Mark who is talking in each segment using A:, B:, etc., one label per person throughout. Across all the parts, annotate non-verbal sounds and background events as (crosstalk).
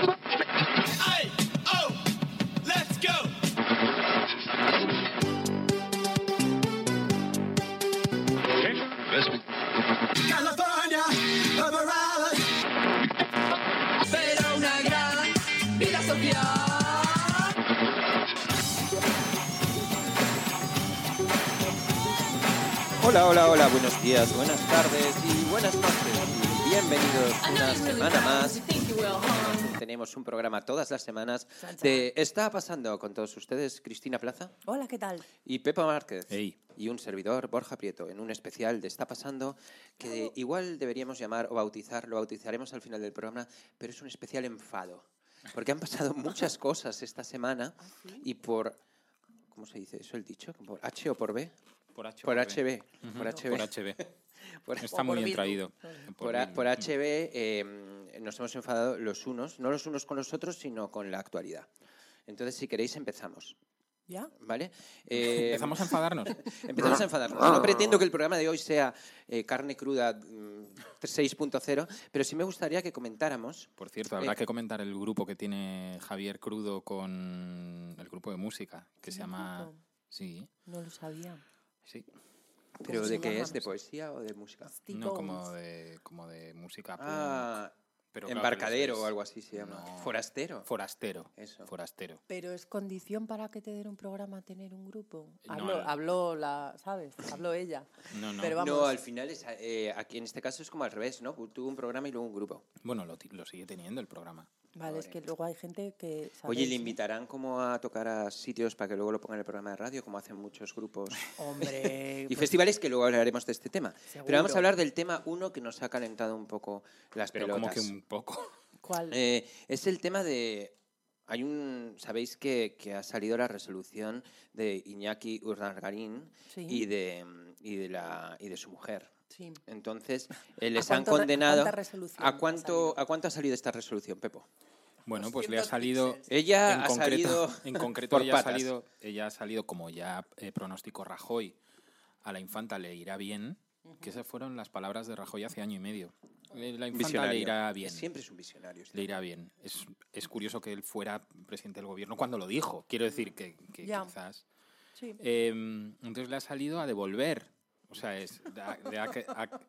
A: Hey, oh, let's go. California, Overallas. Pero una gran vida social.
B: Hola, hola, hola, buenos días, buenas tardes y buenas noches. Y Bienvenidos una semana más. Tenemos un programa todas las semanas de Está pasando con todos ustedes Cristina Plaza
C: Hola, ¿qué tal?
B: y Pepa Márquez
D: Ey.
B: y un servidor Borja Prieto en un especial de Está pasando que igual deberíamos llamar o bautizar, lo bautizaremos al final del programa, pero es un especial enfado, porque han pasado muchas cosas esta semana y por ¿cómo se dice eso el dicho? ¿Por H o por B?
D: Por HB.
B: Por HB, por HB.
D: Por HB.
B: (laughs) Por-
D: Está muy bien traído.
B: Por,
D: Por
B: a-
D: Bildu.
B: por HB eh, nos hemos enfadado los unos, no los unos con los otros, sino con la actualidad. Entonces, si queréis, empezamos.
C: ¿Ya?
D: (laughs)
B: ¿Vale? Eh,
D: Empezamos a
B: (laughs)
D: enfadarnos.
B: empezamos a enfadarnos. No pretendo que el programa de hoy sea eh, carne cruda mm, 6.0, pero sí me gustaría que comentáramos.
D: Por cierto, habrá
B: Eh.
D: que comentar el grupo que tiene Javier Crudo con el grupo de música que se
C: ¿Tiene
D: llama.
C: grupo?
D: Sí,
C: No lo sabía.
D: sí.
B: ¿Pero
C: se
B: de qué
C: llama?
B: es? ¿De poesía o de música?
D: No como
C: T-Bones.
D: de, como de música. punk,
B: Ah,
D: pero claro, pero
B: embarcadero o
D: es-
B: algo así se llama.
D: No.
B: Forastero.
D: Forastero.
B: Eso.
D: Forastero.
C: Pero es condición para que te den un programa tener un grupo.
D: No,
C: Habló,
D: al-
C: habló la, ¿sabes? Habló ella.
D: No, no.
C: Pero vamos.
B: No, al final, es, eh, aquí en este caso es como al revés, ¿no? Tuvo un programa y luego un grupo.
D: Bueno, lo, ti- lo sigue teniendo el programa.
C: Vale, es que luego hay gente que. ¿sabes?
B: Oye, ¿le invitarán como a tocar a sitios para que luego lo pongan en el programa de radio, como hacen muchos
C: (laughs)
B: grupos?
C: Hombre.
B: Y
C: pues,
B: festivales que luego hablaremos de este tema. Pero vamos
C: Seguro.
B: a hablar del tema uno que nos ha calentado un poco las
D: Pero como
B: pelotas.
D: que un poco. (laughs)
C: ¿Cuál?
B: Eh, es el tema de... Hay un... Sabéis que, que ha salido la resolución de Iñaki Urdangarín
C: Sí.
B: y, de, y, de la, y de su mujer.
C: sí.
B: Entonces, eh,
C: (laughs)
B: les
C: ¿A
B: han
C: cuánto re- a
B: condenado...
C: cuánta resolución
B: ¿A
C: ha
B: cuánto,
C: salido?
B: ¿A cuánto ha salido esta resolución, Pepo?
D: Bueno, pues le ha
C: 200
D: salido.
C: píxeles.
B: Ella
D: en
B: Ah, ha
D: concreto,
B: salido
D: (laughs)
B: (laughs)
D: en concreto
B: por
D: ella, ha
B: patas.
D: salido, ella ha salido, como ya eh, pronosticó Rajoy, a la infanta le irá bien, que esas fueron las palabras de Rajoy hace año y medio. Eh, La infanta le irá bien.
B: Siempre es un visionario. este
D: Le irá bien. Es, es curioso que él fuera presidente del gobierno cuando lo dijo. Quiero decir que, que
C: Ya.
D: quizás.
C: sí.
D: Eh, entonces le ha salido a devolver. O sea, es. le ha- le ha que-
B: (laughs)
D: a-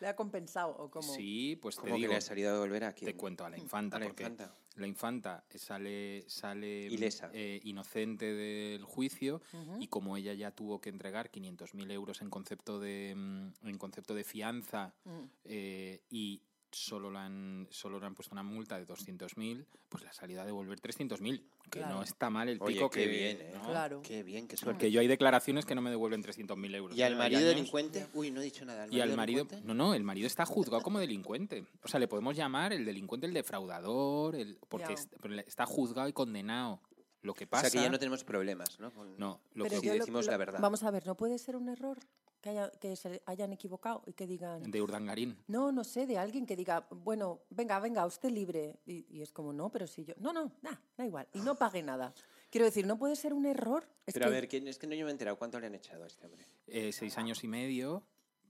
C: ¿Le ha compensado o cómo?
D: sí, pues te
B: ¿Cómo que
D: digo.
B: le ha salido a volver aquí?
D: Te cuento a la infanta,
B: A la
D: porque
B: infanta.
D: la infanta sale, sale
B: Ilesa.
D: eh, inocente del juicio y como ella ya tuvo que entregar 500.000 euros en concepto de, mm, en concepto de fianza
C: Mm.
D: eh, y solo le, han, solo le han puesto una multa de 200.000, pues la salida a devolver 300.000, que
C: Claro.
D: no está mal el
B: Oye,
D: pico
B: qué
D: que
B: bien, ¿eh?
D: ¿no?
C: Claro.
B: Qué bien, qué suerte.
D: Porque yo hay declaraciones que no me devuelven 300.000 euros. ¿eh?
B: ¿Y al
D: Hay
B: marido
D: años-
B: delincuente? Uy, no he dicho nada.
D: y al marido,
B: delincuente?
D: no, no, el marido está juzgado como delincuente. O sea, le podemos llamar el delincuente, el defraudador, el, porque
C: Ya.
D: es- pero le- está juzgado y condenado. Lo que
B: O
D: pasa.
B: sea, que ya no tenemos problemas, ¿no? Con-
D: No, lo
C: Pero
D: que
B: si
C: yo lo-
B: decimos
C: lo-
B: la verdad.
C: Vamos a ver, ¿no puede ser un error que, haya- que se hayan equivocado y que digan.
D: de Urdangarín.
C: No, no sé, de alguien que diga, bueno, venga, venga, usted libre. Y, y es como, no, pero si yo. No, no, nah, da igual. Y no pague nada. Quiero decir, no puede ser un error. Es
B: Pero a
C: que-
B: ver, ¿quién- es que no yo me he enterado. ¿Cuánto le han echado a este hombre?
D: Eh, seis años y medio,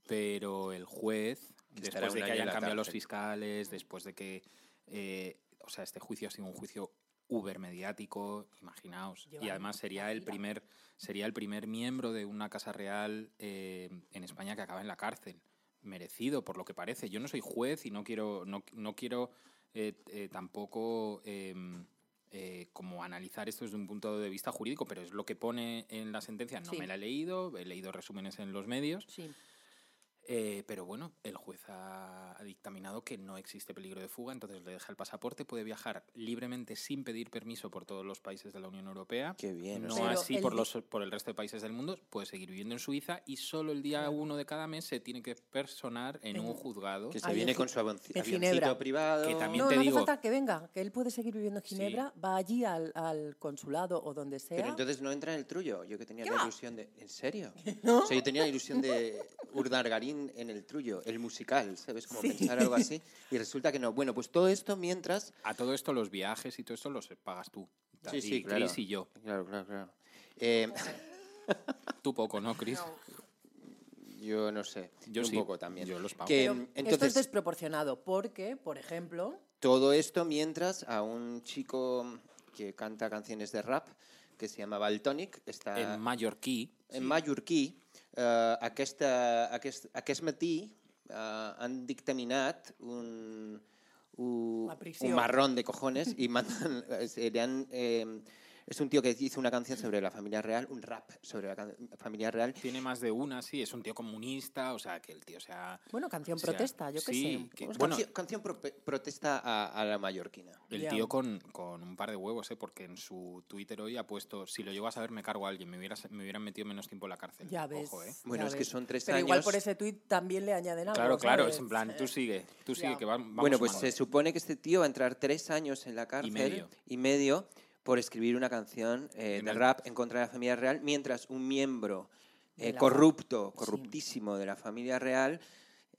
D: pero el juez,
B: Que estará
D: después de que
B: un año en
D: hayan
B: la
D: cambiado los
B: cárcel.
D: fiscales, después de que. eh, o sea, este juicio ha sido un juicio uber mediático, imaginaos.
C: Lleva
D: y además sería el primer sería el primer miembro de una casa real eh, en España que acaba en la cárcel. Merecido, por lo que parece. Yo no soy juez y no quiero, no, no quiero eh, eh, tampoco em, eh, como analizar esto desde un punto de vista jurídico, pero es lo que pone en la sentencia. No
C: Sí.
D: me la he leído, he leído resúmenes en los medios.
C: Sí,
D: Eh, pero bueno, el juez ha ha dictaminado que no existe peligro de fuga, entonces le deja el pasaporte, puede viajar libremente sin pedir permiso por todos los países de la Unión Europea.
B: Qué bien. o
D: No
B: sea,
C: Pero
D: así
C: el
D: por,
C: di-
D: los, por el resto de países del mundo, puede seguir viviendo en Suiza y solo el día uno de cada mes se tiene que personar en
C: En-
D: un juzgado.
B: que se
C: Ahí en
B: viene
C: Gi-
B: con su avionci-
C: en
B: avioncito
C: Ginebra.
B: privado.
D: Que también-
C: No,
D: te
C: no
D: digo-
C: hace falta que venga, que él puede seguir viviendo en
D: Sí.
C: Ginebra, va allí al, al consulado o donde sea.
B: Pero entonces no entra en el trullo. Yo que tenía
C: ¿eh? ¿Qué
B: la
C: va?
B: ilusión de...
C: (laughs)
B: ¿En serio? O sea, yo tenía la ilusión de Urdargarín en el trullo, el musical, ¿sabes? Como pensar algo así. Y resulta que no. Bueno, pues todo esto mientras
D: A todo esto, los viajes y todo esto los pagas tú.
B: Sí,
D: y
B: sí,
D: Chris
B: claro.
D: y yo.
B: Claro, claro, claro. Eh,
D: Tú poco, ¿no,
B: (laughs)
D: Chris?
B: yo no sé.
D: Yo
B: un
D: sí,
B: poco también.
D: yo los pago.
B: Que,
C: Pero
B: mm,
C: esto es
B: entonces,
C: desproporcionado porque, por ejemplo,
B: Todo esto mientras a un chico que canta canciones de rap, que se llama Baltonic, está
D: En mallorquí,
B: en mallorquí, eh, aquesta, aquest, aquest matí eh, han dictaminat un, un,
C: La prisión.
B: un marrón de cojones y (laughs) mandan, es, eh, le han, eh, es un tío que hizo una canción sobre la familia real, un rap sobre la can- familia real.
D: tiene más de una, sí, es un tío comunista, o sea, que el tío sea...
C: Bueno, canción
D: o sea,
C: protesta, yo qué
D: sí,
C: sé.
D: que-
B: Vamos,
D: bueno,
B: canción, canción pro- protesta a, a la mallorquina.
D: el
C: Ya.
D: tío con, con un par de huevos, ¿eh? porque en su Twitter hoy ha puesto, si lo llego a saber me cargo a alguien, me, hubieras- me hubieran metido menos tiempo en la cárcel.
C: Ya ves.
D: Ojo, ¿eh?
B: Bueno,
C: ya
B: es que
C: ves.
B: son tres
C: Pero igual
B: años.
C: por ese tuit también le añaden algo.
D: Claro, claro,
C: ¿sabes?
D: es en plan, tú sigue, tú
C: Ya.
D: sigue, que va- vamos
B: bueno, pues
D: sumando.
B: se supone que este tío va a entrar tres años en la cárcel
D: medio.
B: y medio por escribir una canción eh,
D: En
B: de
D: el-
B: rap en contra de la familia real, mientras un miembro
C: De
B: eh,
C: la
B: corrupto,
C: sí.
B: corruptísimo de la familia real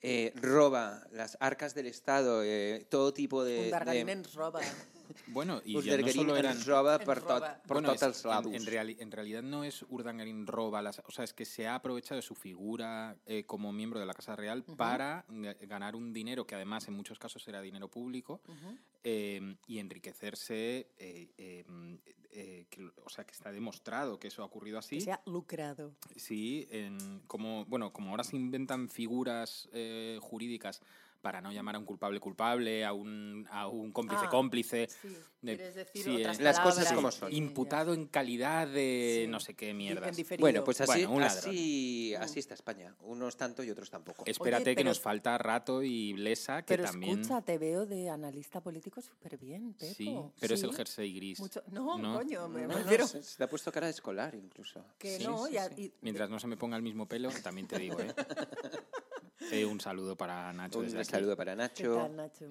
B: eh, roba las arcas del Estado, eh, todo tipo de...
C: Un
B: de-
C: Dargarín
D: em,
C: en
D: (laughs)
C: roba.
D: Bueno, y
B: Us
D: ya no
B: Dargarín
D: solo
B: ens
D: eran...
B: roba (laughs)
C: Ens
B: per, tot,
C: roba.
B: per
D: Bueno,
B: tots
D: es-
B: els lados.
D: en, en reali- en realidad no es Urdangarin roba las... O sea, es que se ha aprovechado de su figura eh, como miembro de la Casa Real para ga- ganar un dinero que además en muchos casos era dinero público eh, y enriquecerse, eh, eh, eh, que- o sea, que está demostrado que eso ha ocurrido así.
C: Que se ha lucrado.
D: Sí, en- como, bueno, como ahora se inventan figuras eh, jurídicas para no llamar a un culpable culpable, a un, a un cómplice
C: Ah,
D: cómplice.
C: sí,
D: de-
C: quieres decir
D: sí,
C: otras
D: eh,
B: Las cosas
C: palabras,
B: como
C: sí,
B: son.
C: sí, ya.
D: Imputado en calidad de
C: Sí.
D: no sé qué mierda.
C: en diferido.
B: Bueno, pues así,
D: Bueno, un ladrón.
B: así, así está España. Unos tanto y otros tampoco.
D: Espérate que
C: pero-
D: nos falta rato y blesa, que
C: pero
D: también.
C: escucha, te veo de analista político súper bien, Pepo.
D: sí, pero es el
C: Sí.
D: jersey gris.
C: Mucho- No,
D: No.
C: coño, me
B: No, no,
C: refiero
B: se, se le ha puesto cara de escolar incluso.
C: que
D: Sí,
C: no.
D: sí,
C: ya-
D: sí.
C: y-
D: Mientras no se me ponga el mismo pelo, también te digo, ¿eh? Eh, un saludo para Nacho. desde
B: Un
D: aquí.
B: saludo para
C: ¿Qué
B: Nacho.
C: tal,
B: (laughs)
C: Nacho?
B: Un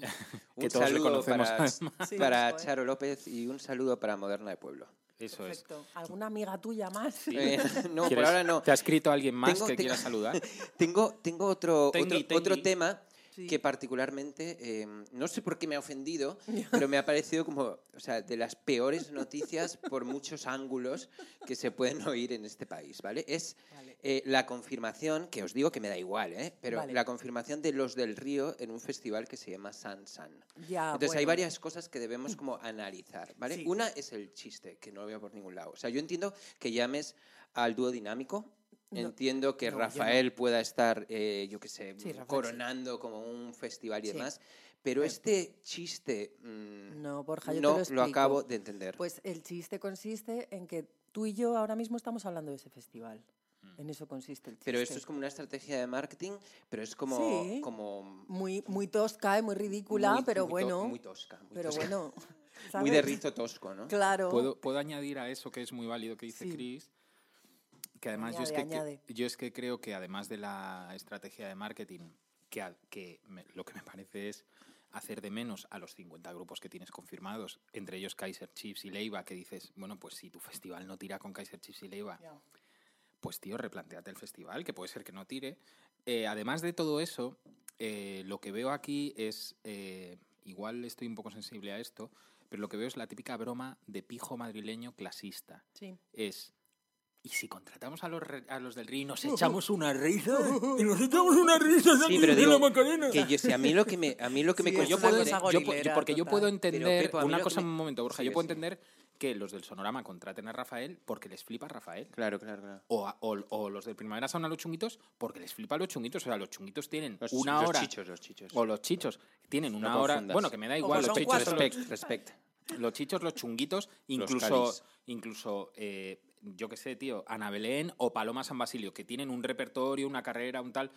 D: que todos
B: saludo
D: reconocemos,
B: para,
C: Sí,
B: para
C: ojo, eh.
B: Charo López y un saludo para Moderna de Pueblo.
D: Eso es.
C: Perfecto. ¿Alguna amiga tuya más?
D: Sí.
B: Eh, (laughs) no, por
D: ¿Quieres-
B: ahora no.
D: ¿Te ha escrito alguien más
B: Tengo-
D: que
B: te-
D: quiera
B: (laughs)
D: saludar?
B: Tengo, tengo otro,
D: Tengui,
B: otro,
D: tengui.
B: otro tema
C: Sí.
B: que particularmente, eh, no sé por qué me ha
C: (laughs)
B: ofendido, pero me ha parecido como, o sea, de las peores noticias por muchos ángulos que se pueden oír en este país, ¿vale? Es
C: Vale.
B: eh, la confirmación, que os digo que me da igual, ¿eh? Pero
C: Vale.
B: la confirmación de Los del Río en un festival que se llama San San.
C: Ya,
B: Entonces hay
C: Ah, bueno.
B: varias cosas que debemos como analizar, ¿vale?
C: Sí.
B: Una es el chiste, que no lo veo por ningún lado. O sea, yo entiendo que llames al dúo dinámico,
C: No,
B: entiendo que
C: no, yo no.
B: Rafael pueda estar, eh, yo qué sé,
C: Sí, Rafael,
B: coronando como un festival y
C: Sí.
B: demás, pero este chiste mm,
C: No, Borja, yo te
B: no
C: lo explico.
B: acabo de entender.
C: Pues el chiste consiste en que tú y yo ahora mismo estamos hablando de ese festival. En eso consiste el chiste.
B: Mm. pero esto es como una estrategia de marketing, pero es como...
C: Sí.
B: como
C: Muy, muy tosca y muy ridícula,
B: muy-
C: pero
B: muy to-
C: bueno.
B: muy tosca. Muy,
C: pero
B: tosca.
C: bueno.
B: (laughs) Muy
C: ¿sabes?
B: de rizo tosco, ¿no?
C: Claro.
D: ¿Puedo, puedo añadir a eso que es muy válido que dice
C: Sí.
D: Chris. Que además yo, es
C: Añade,
D: que-
C: añade.
D: que, yo es que creo que además de la estrategia de marketing, que, a- que me- lo que me parece es hacer de menos a los 50 grupos que tienes confirmados, entre ellos Kaiser Chiefs y Leiva, que dices, bueno, pues si tu festival no tira con Kaiser Chiefs y Leiva,
C: Ya.
D: pues tío, replanteate el festival, que puede ser que no tire. Eh, además de todo eso, eh, lo que veo aquí es, eh, igual estoy un poco sensible a esto, pero lo que veo es la típica broma de pijo madrileño clasista.
C: Sí.
D: Es, ¿y si contratamos a los, re- a los del Río y nos echamos una risa? ¡Y nos echamos una risa!
B: Sí,
D: Santi,
B: pero
D: de
B: digo,
D: la Macarena!
B: que yo, si a mí lo que me, a mí lo que me
C: Sí, es
D: yo puedo,
C: una
B: confunde-
C: cosa
D: yo pu-
C: gorilera
D: porque yo
C: total.
D: puedo entender
B: Pepo, a mí
D: una
B: lo que
D: cosa
B: me-
D: un momento Borja
B: Sigue,
D: yo puedo
B: sigue.
D: entender que los del Sonorama contraten a Rafael porque les flipa Rafael
B: Claro, claro, claro.
D: o, a- o- o los de primavera son a los chunguitos porque les flipa a los chunguitos. O sea, los chunguitos tienen
B: Los,
D: una
B: los
D: hora.
B: chichos, los chichos.
D: O los chichos tienen una hora.
B: Pues confundas.
D: Bueno, que me da
C: Ojo,
D: igual. Los
C: son
D: chichos,
C: cuatro.
D: los,
B: Respect, respect.
D: los chichos, los chunguitos,
B: Los
D: incluso,
B: calis.
D: incluso eh, yo qué sé, tío, Ana Belén o Paloma San Basilio, que tienen un repertorio, una carrera, un tal,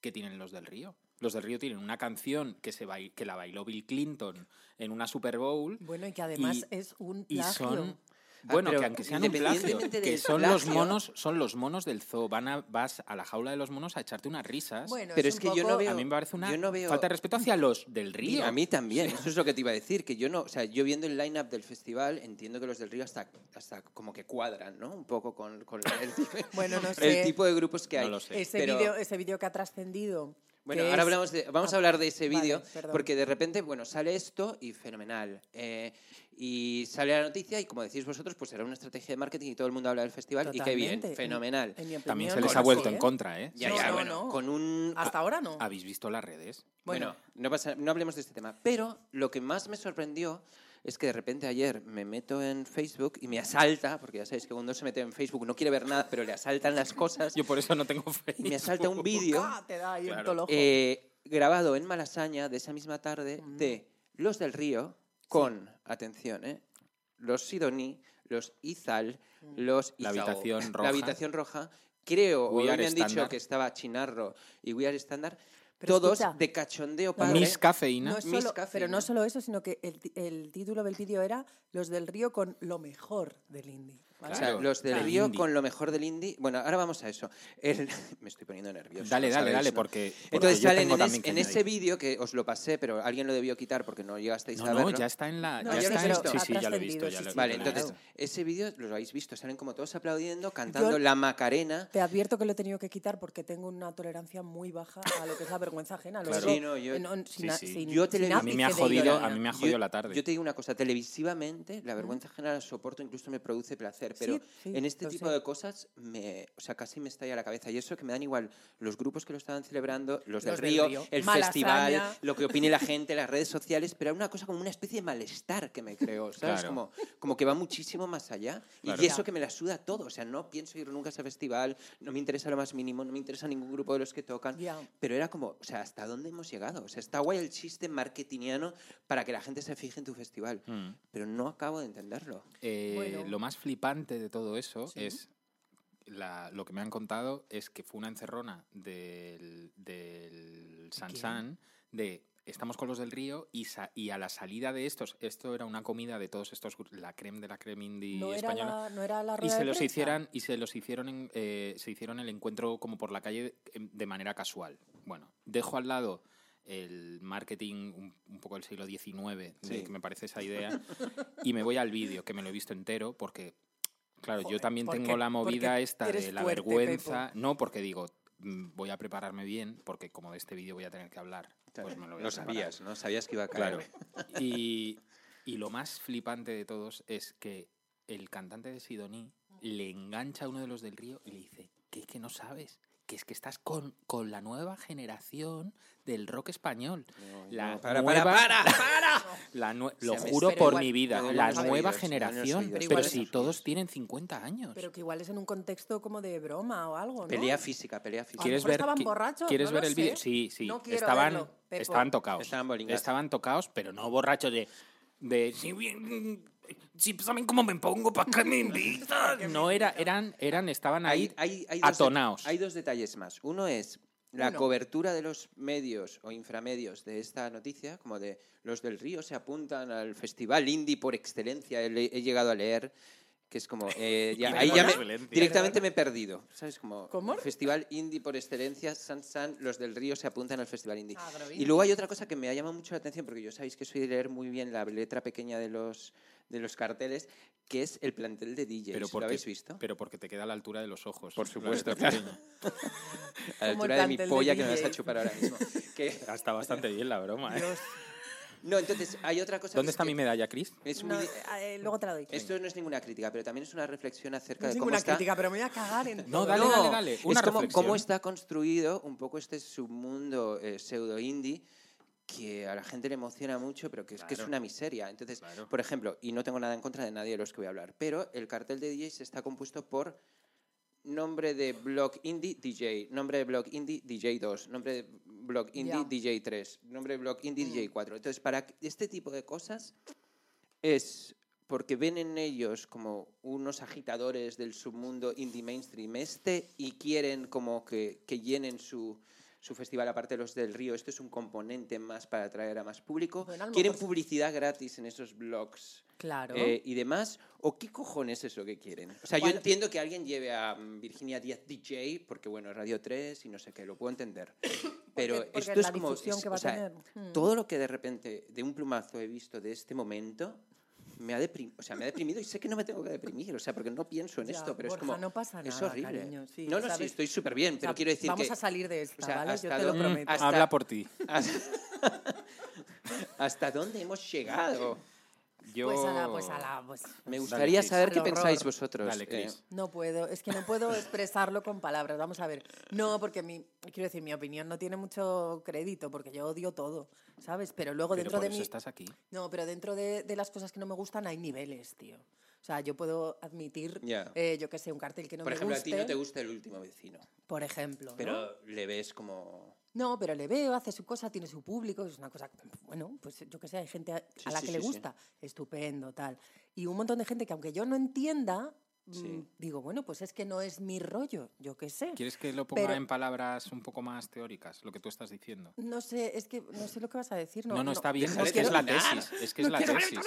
D: que tienen los del Río. Los del Río tienen una canción que, se bail- que la bailó Bill Clinton en una Super Bowl.
C: Bueno, y que además
D: Y-
C: es un
D: Y
C: plagio.
D: son.
B: Ah,
D: Bueno,
B: pero
D: que aunque sean un plagio,
B: independientemente
D: que
B: del
D: son los
B: plagio-
D: monos, son los monos del zoo. Van a, vas a la jaula de los monos a echarte unas risas.
C: Bueno,
B: Pero
C: es,
B: es
C: un
B: que yo no
C: poco-
D: a
B: veo-
D: mí me parece una
B: yo no veo-
D: falta de respeto hacia los del
B: Y
D: río.
B: a mí también, eso es lo que te iba a decir, que yo no, o sea, yo viendo el line-up del festival entiendo que los del Río hasta, hasta como que cuadran, ¿no? Un poco con, con el,
C: (laughs) Bueno, no
B: (laughs) el
C: sé.
B: tipo de grupos que
D: No
B: hay.
D: lo sé.
C: Ese
B: Pero-
C: vídeo ese vídeo que ha trascendido
B: Bueno,
C: que
B: ahora
C: es-
B: hablamos de- vamos
C: ah,
B: a hablar de ese
C: vale,
B: vídeo,
C: perdón.
B: porque de repente, bueno, sale esto y fenomenal. Eh, y sale la noticia y como decís vosotros, pues era una estrategia de marketing y todo el mundo habla del festival y qué bien,
C: Totalmente.
B: fenomenal.
C: En mi
D: También
C: opinión,
D: se les
C: con
D: ha
C: eso,
D: vuelto en
C: ¿eh?
D: contra, ¿eh?
B: Ya,
C: No,
B: ya,
C: no,
B: bueno,
C: no.
B: con un...
C: Hasta ahora no.
D: ¿Habéis visto las redes?
B: Bueno,
C: Bueno.
B: no, pasa- no hablemos de este tema. Pero lo que más me sorprendió es que de repente ayer me meto en Facebook y me asalta, porque ya sabéis que cuando uno se mete en Facebook no quiere ver nada, pero le asaltan las cosas.
D: Yo por eso no
C: (laughs)
D: tengo fe.
B: y me asalta un vídeo
C: Ah, te da ahí
D: Claro.
C: un tolojo.
B: eh, grabado en Malasaña de esa misma tarde
C: Mm.
B: de Los del Río con, atención, eh, los Sidoní, los Izal,
C: Mm.
B: los
D: La
B: Izao,
D: habitación
B: La
D: roja.
B: habitación roja. Creo, o
D: We
B: hoy
D: Are
B: me han dicho
D: Standard.
B: que estaba Chinarro y We Are Standard,
C: Pero
B: todos
C: escucha.
B: de cachondeo
C: No,
B: padre.
C: no.
D: Miss Cafeína.
C: ¿eh? No es
B: Miss
C: solo- pero
B: Cafeína.
C: no solo eso, sino que el, ti- el título del vídeo era Los del Río con lo mejor del indie. ¿vale?
B: O sea,
D: Claro,
B: los del
D: del
B: Río
D: indie.
B: con lo mejor del indie. Bueno, ahora vamos a eso. El- (laughs) me estoy poniendo nervioso.
D: Dale, dale,
B: lo sabéis,
D: dale,
B: ¿no?
D: porque, porque
B: Entonces
D: yo
B: salen
D: tengo
B: en, es-
D: también que
B: en
D: añadir.
B: ese vídeo que os lo pasé, pero alguien lo debió quitar porque no llegasteis
D: No,
B: a verlo.
D: no, ya está en la...
C: No,
D: ya
B: ya lo
D: está
B: he
D: en-
B: visto.
D: Sí,
C: Ha
D: sí, ya lo he
C: trascendido,
D: visto. ya
C: sí,
D: lo-
C: sí,
D: ya lo
B: Vale,
D: he
C: claro.
B: entonces,
D: visto.
B: ese vídeo lo habéis visto, salen como todos aplaudiendo, cantando
C: Yo-
B: la Macarena.
C: Te advierto que lo he tenido que quitar porque tengo una tolerancia muy baja a lo que es la vergüenza ajena. Lo
D: Claro.
C: digo
B: Sí, no, yo-
C: en- en-
D: sí,
C: sin a-
D: sí.
C: sin-
B: Yo
C: sin
B: televis-
D: A mí me ha
C: ápice de
D: jodido,
C: ironía.
D: a mí me ha jodido la tarde.
B: Yo te digo una cosa, televisivamente la vergüenza general la soporto, incluso me produce placer, pero
C: sí,
B: en este
C: lo
B: tipo
C: sé.
B: de cosas me, o sea, casi me estalla la cabeza y eso que me dan igual los grupos que lo estaban celebrando, los, del,
C: Los del
B: río,
C: Río.
B: el
C: Malasaña.
B: festival, lo que opine la gente, las
D: (laughs)
B: redes sociales, pero era una cosa como una especie de malestar que me creó, ¿sabes?
D: Claro.
B: Como, como que va muchísimo más allá y-
D: Claro.
B: y eso que me la suda todo, o sea, no pienso ir nunca a ese festival, no me interesa lo más mínimo, no me interesa ningún grupo de los que tocan,
C: Ya.
B: pero era como, o sea, ¿hasta dónde hemos llegado? O sea, está guay el chiste marketingiano para que la gente se fije en tu festival,
D: Mm.
B: pero no acabo de entenderlo.
D: Eh,
C: Bueno.
D: Lo más flipante de todo eso es la- lo que me han contado es que fue una encerrona del, del Sansan de estamos con los del río y, sa- y a la salida de estos, esto era una comida de todos estos, gru- la creme de la creme indie
C: No era,
D: española.
C: la, no era la
D: y
C: rueda
D: se
C: de
D: los
C: prensa.
D: hicieran y se los hicieron en, eh, se hicieron el encuentro como por la calle de, de manera casual bueno dejo al lado el marketing un, un poco del siglo XIX de
B: Sí.
D: que me parece esa idea y me voy al vídeo que me lo he visto entero porque claro yo
C: Joder,
D: también
C: porque-
D: tengo la movida
C: porque
D: esta de
C: eres
D: la
C: fuerte,
D: vergüenza no porque digo mm, voy a prepararme bien porque como de este vídeo voy a tener que hablar pues me lo voy a preparar.
B: sabías, ¿no? Sabías que iba a caer.
D: Claro. (laughs) Y, y lo más flipante de todos es que el cantante de Sidoní le engancha a uno de los del río y le dice, que es que no sabes, que es que estás con, con la nueva generación del rock español. la
B: no, para,
D: nueva-
B: para,
D: (laughs) La nue-
B: Se
D: lo
B: me-
D: juro
C: pero
D: por
C: igual-
D: mi vida,
B: me duelen
D: la
B: los
D: nueva
B: oídos, me duelen los
D: generación.
B: oídos,
D: Pero,
B: me
C: duelen
D: si
B: los
D: todos
B: oídos.
D: tienen 50 años.
C: Pero que igual es en un contexto como de broma o algo, ¿no?
B: Pelea física, pelea física.
C: ¿Quieres- mejor estaban
D: qui-
C: borrachos,
D: ¿Quieres
C: no
D: ver
C: lo
D: el vídeo?
C: sé.
D: Sí, sí.
C: No quiero
D: estaban,
C: verlo, Pepo.
D: estaban tocados.
B: Estaban bolingas.
D: Estaban tocados, pero no borrachos de. de si, bien- si saben cómo me pongo, ¿para qué me
C: (laughs)
D: invitan? No, era, eran, eran, estaban ahí.
B: Hay, hay- hay
D: atonaos.
B: Dos, hay dos detalles más. Uno es la
C: Uno.
B: cobertura de los medios o inframedios de esta noticia, como de los del río se apuntan al festival indie por excelencia, he, le- he llegado a leer que es como
D: (laughs)
B: eh, ya-
D: Y
B: ahí ya me-
D: perdona.
B: directamente me he perdido sabes como
C: ¿Cómo?
B: festival indie por excelencia San San los del río se apuntan al festival indie
C: Agrovino.
B: y luego hay otra cosa que me ha llamado mucho la atención porque yo sabéis que soy de leer muy bien la letra pequeña de los de los carteles que es el plantel de DJs
D: Pero
B: lo
D: porque-
B: habéis visto
D: Pero porque te queda a la altura de los ojos.
B: Por
D: (laughs)
B: supuesto,
D: La verdad,
B: claro. a la
C: Como el
B: altura de
C: plantel
B: mi
C: de
B: polla que me vas a
C: DJs.
B: chupar ahora mismo. Que-
D: pequeño. Está bastante bien la broma. ¿eh?
B: no, entonces hay otra cosa. que
D: ¿Dónde
B: es
D: está
B: que
D: mi medalla, Chris?
B: es
C: No,
B: muy-
C: eh, luego te la doy.
B: Esto no es ninguna crítica, pero también es una reflexión acerca
C: no es
B: de cómo
C: ninguna
B: está.
C: crítica, pero me voy a cagar en
D: (laughs) No,
C: todo.
D: dale,
B: No,
D: dale, dale. Una
B: es como,
D: reflexión.
B: cómo está construido un poco este submundo eh, pseudo indie que a la gente le emociona mucho, pero que es, que es
D: Claro.
B: una miseria. Entonces,
D: Claro.
B: por ejemplo, y no tengo nada en contra de nadie de los que voy a hablar, pero el cartel de DJs está compuesto por nombre de blog indie DJ, nombre de blog indie DJ 2, nombre de blog indie
C: Ya.
B: DJ 3, nombre de blog indie DJ 4. Entonces, para este tipo de cosas es porque ven en ellos como unos agitadores del submundo indie mainstream este y quieren como que, que llenen su, su festival aparte de los del río. Esto es un componente más para atraer a más público.
C: Bueno, a lo
B: quieren
C: mejor-
B: publicidad gratis en esos blogs.
C: Claro.
B: eh, y demás, o qué cojones es lo que quieren. O sea, yo
C: Bueno.
B: entiendo que alguien lleve a mm, Virginia Díaz DJ, porque bueno, es Radio 3 y no sé qué, lo puedo entender. Pero
C: (coughs) porque
B: esto es
C: la
B: como.
C: difusión
B: es-
C: que va
B: o
C: a
B: sea,
C: tener. Mm.
B: Todo lo que de repente, de un plumazo, he visto de este momento, me ha, deprim- o sea, me ha deprimido y sé que no me tengo que deprimir, o sea, porque no pienso en
C: Ya,
B: esto, pero
C: Borja,
B: es como...
C: no pasa
B: Es
C: nada,
B: horrible.
C: cariño, sí,
B: no, no, sí,
C: ¿sabes?
B: estoy súper bien, pero
C: O sea,
B: quiero decir
C: vamos
B: que...
C: a salir de esta,
B: o sea,
C: ¿vale? Yo
B: hasta
C: te lo
B: do-
C: prometo.
B: hasta-
D: Mm, Habla por ti.
B: hasta, ¿Hasta dónde
C: (laughs)
B: hemos llegado?
D: Yo...
C: (laughs) Pues ala, pues ala, pues...
B: Me
D: Dale,
B: gustaría
D: Cris.
B: saber
C: Al
B: qué
C: horror.
B: pensáis vosotros.
D: Dale,
B: eh,
D: Cris.
C: No puedo, es que no puedo
B: (laughs)
C: expresarlo con palabras. Vamos a ver. No, porque mi, quiero decir, mi opinión no tiene mucho crédito, porque yo odio todo, ¿sabes? Pero luego
D: Pero
C: dentro
D: por
C: de
D: eso
C: mí.
D: estás
C: (laughs)
D: aquí.
C: No, pero dentro de, de las cosas que no me gustan hay niveles, tío. O sea, yo puedo admitir,
B: Ya.
C: eh, yo que sé, un cartel que no
B: por
C: me
B: ejemplo,
C: guste.
B: a ti no te gusta el último vecino,
C: Por ejemplo. ¿no?
B: pero le ves como...
C: No, pero le veo, hace su cosa, tiene su público, es una cosa, bueno, pues yo que sé, hay gente a,
B: Sí,
C: a la
B: sí,
C: que
B: sí,
C: le
B: sí.
C: gusta, estupendo, tal. Y un montón de gente que aunque yo no entienda,
B: Sí.
C: mm, digo, bueno, pues es que no es mi rollo, yo qué sé.
D: ¿Quieres que lo ponga
C: Pero-
D: en palabras un poco más teóricas, lo que tú estás diciendo?
C: No sé, es que no sé lo que vas a decir. No,
D: No, no, está bien,
B: Déjale
D: es que es la
B: terminar.
D: tesis. Es que es la
C: quiero-
D: tesis.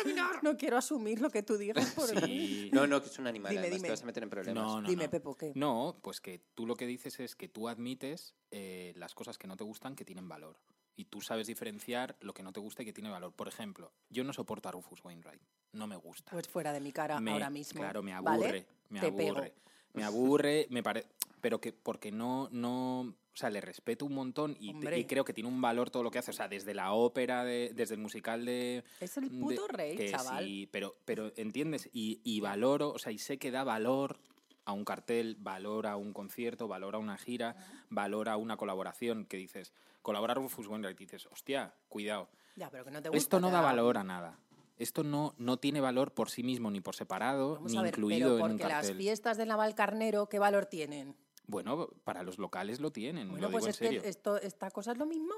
C: No quiero asumir lo que
D: (laughs)
C: tú digas por mí.
D: Sí.
B: No, no, que es un animal,
C: Dime,
B: además
C: dime.
B: te vas a meter en problemas.
D: No, no,
C: Dime,
D: no.
C: Pepo, ¿qué?
D: No, pues que tú lo que dices es que tú admites eh, las cosas que no te gustan que tienen valor. Y tú sabes diferenciar lo que no te gusta y que tiene valor. Por ejemplo, yo no soporto a Rufus Wainwright. No me gusta.
C: Pues fuera de mi cara
D: Me-
C: ahora mismo.
D: Claro, me
C: ¿vale?
D: aburre. Me
C: Te pego.
D: aburre. Me aburre, me parece. Pero que porque no, no. O sea, le respeto un montón y,
C: Hombre.
D: y creo que tiene un valor todo lo que hace. O sea, desde la ópera, de- desde el musical de.
C: Es el
D: de-
C: puto rey,
D: que
C: chaval.
D: sí, pero, pero entiendes, y, y valoro, o sea, y sé que da valor a un cartel, valor a un concierto, valor a una gira, valor a una colaboración que dices, colaborar Rufus Wainwright, y dices, hostia, cuidado.
C: Ya, pero que no te gusta.
D: Esto no
C: te
D: da valor a nada. Esto no, no tiene valor por sí mismo, ni por separado,
C: Vamos
D: ni
C: a ver,
D: incluido
C: pero
D: en un
C: porque las
D: cartel.
C: fiestas del Naval Carnero, ¿qué valor tienen?
D: Bueno, para los locales lo tienen,
C: Bueno,
D: lo digo
C: pues
D: en
C: es
D: serio.
C: que esto, esta cosa es lo mismo.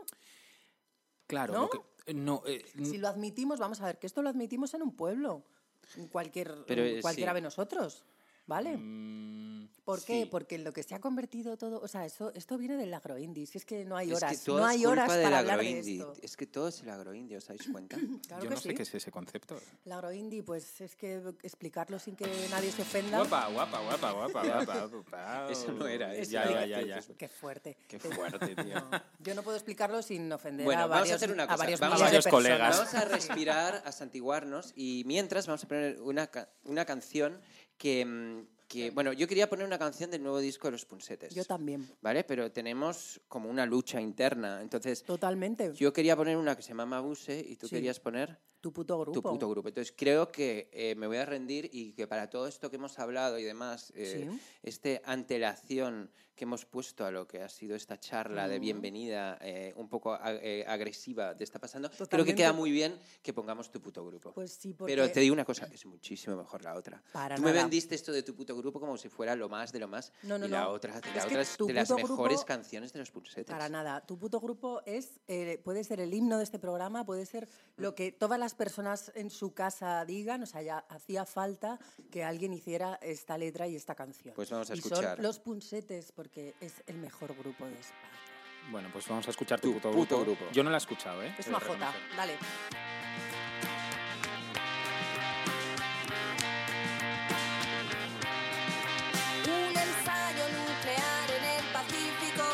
D: Claro,
C: ¿no?
D: lo que- no, eh,
C: Si lo admitimos, vamos a ver, que esto lo admitimos en un pueblo, en cualquier,
B: Pero,
C: en
B: eh,
C: cualquiera
B: sí.
C: de nosotros, ¿vale?
D: mm,
C: ¿Por qué?
D: sí.
C: Porque en lo que se ha convertido todo, o sea, eso, esto viene del agroindie, si es que no hay
B: Es
C: horas,
B: que todo
C: no
B: es
C: hay
B: culpa
C: horas
B: del
C: para hablar de
B: agroindie.
C: esto.
B: Es que todo es el agroindie, ¿os dais
C: (laughs)
B: cuenta?
C: Claro
D: yo
C: que
D: no sé
C: sí.
D: qué es ese concepto.
C: El agroindie, pues es que explicarlo sin que nadie se ofenda.
D: Guapa, guapa, guapa, (laughs) guapa, guapa, guapa.
B: Eso no era,
D: Ya,
B: eso
D: ¿eh? ya,
B: era.
D: ya, ya.
C: Qué fuerte.
D: Qué fuerte, tío.
C: (laughs) No, yo no puedo explicarlo sin ofender
B: Bueno,
C: a
B: vamos a
C: varios,
B: hacer una cosa,
C: varios
B: vamos
D: a-
C: millones de
D: Varios
C: personas.
D: colegas.
B: Vamos a respirar, a santiguarnos y mientras vamos a poner una, ca- una canción que, mm, que... Bueno, yo quería poner una canción del nuevo disco de Los Punsetes.
C: Yo también,
B: ¿Vale? Pero tenemos como una lucha interna. Entonces,
C: totalmente.
B: yo quería poner una que se llama Mabuse y tú
C: Sí.
B: querías poner
C: tu puto grupo.
B: tu puto grupo. Entonces, creo que eh, me voy a rendir y que para todo esto que hemos hablado y demás, eh,
C: Sí.
B: este antelación que hemos puesto a lo que ha sido esta charla de bienvenida eh, un poco a- eh, agresiva de Está Pasando, creo que
C: Totalmente.
B: queda muy bien que pongamos tu puto grupo.
C: Pues sí, porque...
B: Pero te digo una cosa, es muchísimo mejor la otra.
C: Para
B: Tú me
C: nada.
B: vendiste esto de tu puto grupo como si fuera lo más de lo más.
C: No, no,
B: y la
C: no.
B: otra, de,
C: Es
B: la
C: que
B: otra es
C: tu
B: de las
C: puto grupo-
B: mejores canciones de los pulsetes.
C: Para nada. Tu puto grupo es, eh, puede ser el himno de este programa, puede ser lo que todas las personas en su casa digan. O sea, ya hacía falta que alguien hiciera esta letra y esta canción.
B: Pues vamos a
C: y
B: escuchar.
C: Son los punsetes, porque es el mejor grupo de España.
D: Bueno, pues vamos a escuchar tu,
B: Tu
D: puto,
B: puto
D: grupo.
B: grupo.
D: Yo no la he escuchado, ¿eh?
C: Es
D: Lo
C: una
D: reconozco.
C: jota. Dale.
E: Un ensayo nuclear en el Pacífico,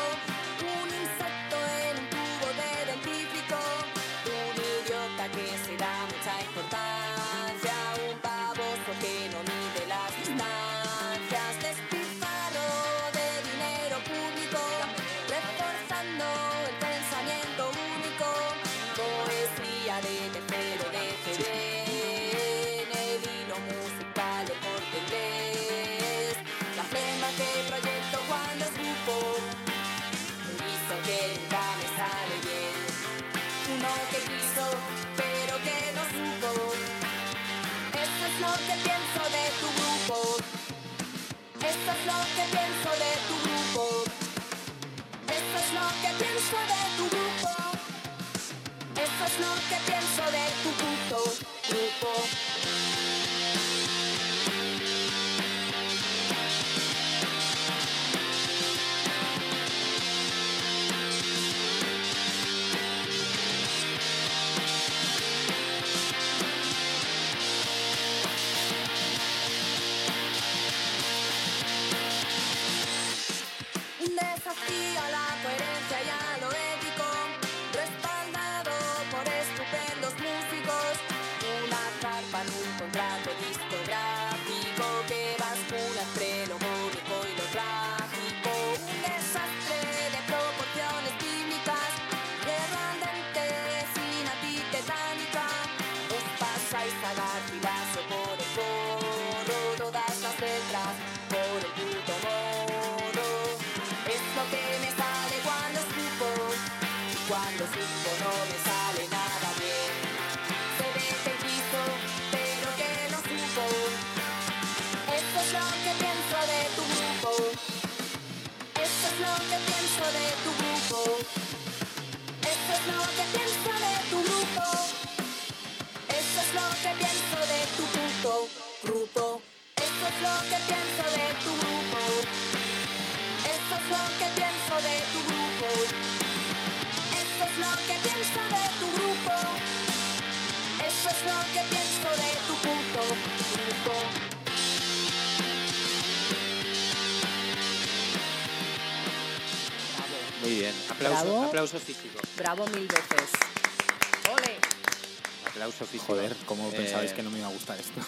E: un insecto en un tubo de dentífrico, un idiota que se da mucha importancia, un baboso que no mide las distancias, despilfarro de dinero público, reforzando el pensamiento único, poesía de tercero de TV, el hilo musical de corte inglés, la flema que proyecto cuando escupo, dicen que nunca me sale bien, uno que quiso pero que no supo, eso es lo que pienso de tu grupo, eso es lo que pienso de tu grupo. Esto es lo que pienso de tu grupo. Esto es lo que pienso de tu puto grupo. Desafía la coherencia y a lo ético, respaldado por estupendos músicos. Una carpa nunca vais a dar filazo por el forro, todas las letras por el puto mono. Es lo que me sale cuando escupo, y cuando escupo no me sale nada bien. Se ve que quiso, pero que no supo. Esto es lo que pienso de tu grupo. Esto es lo que pienso de tu grupo. Esto es lo que pienso de tu grupo. Esto es lo que pienso de tu grupo. Grupo. Esto es lo que pienso de tu grupo. Esto es lo que pienso de tu grupo. Esto es lo que pienso de tu grupo. Esto es lo que pienso de tu grupo. Grupo.
B: Muy bien. Aplauso,
C: Bravo.
B: aplauso físico.
E: Bravo mil veces. Ole.
B: Aplauso físico.
D: Joder, ¿cómo
B: Eh,
D: pensabais que no me iba a gustar esto?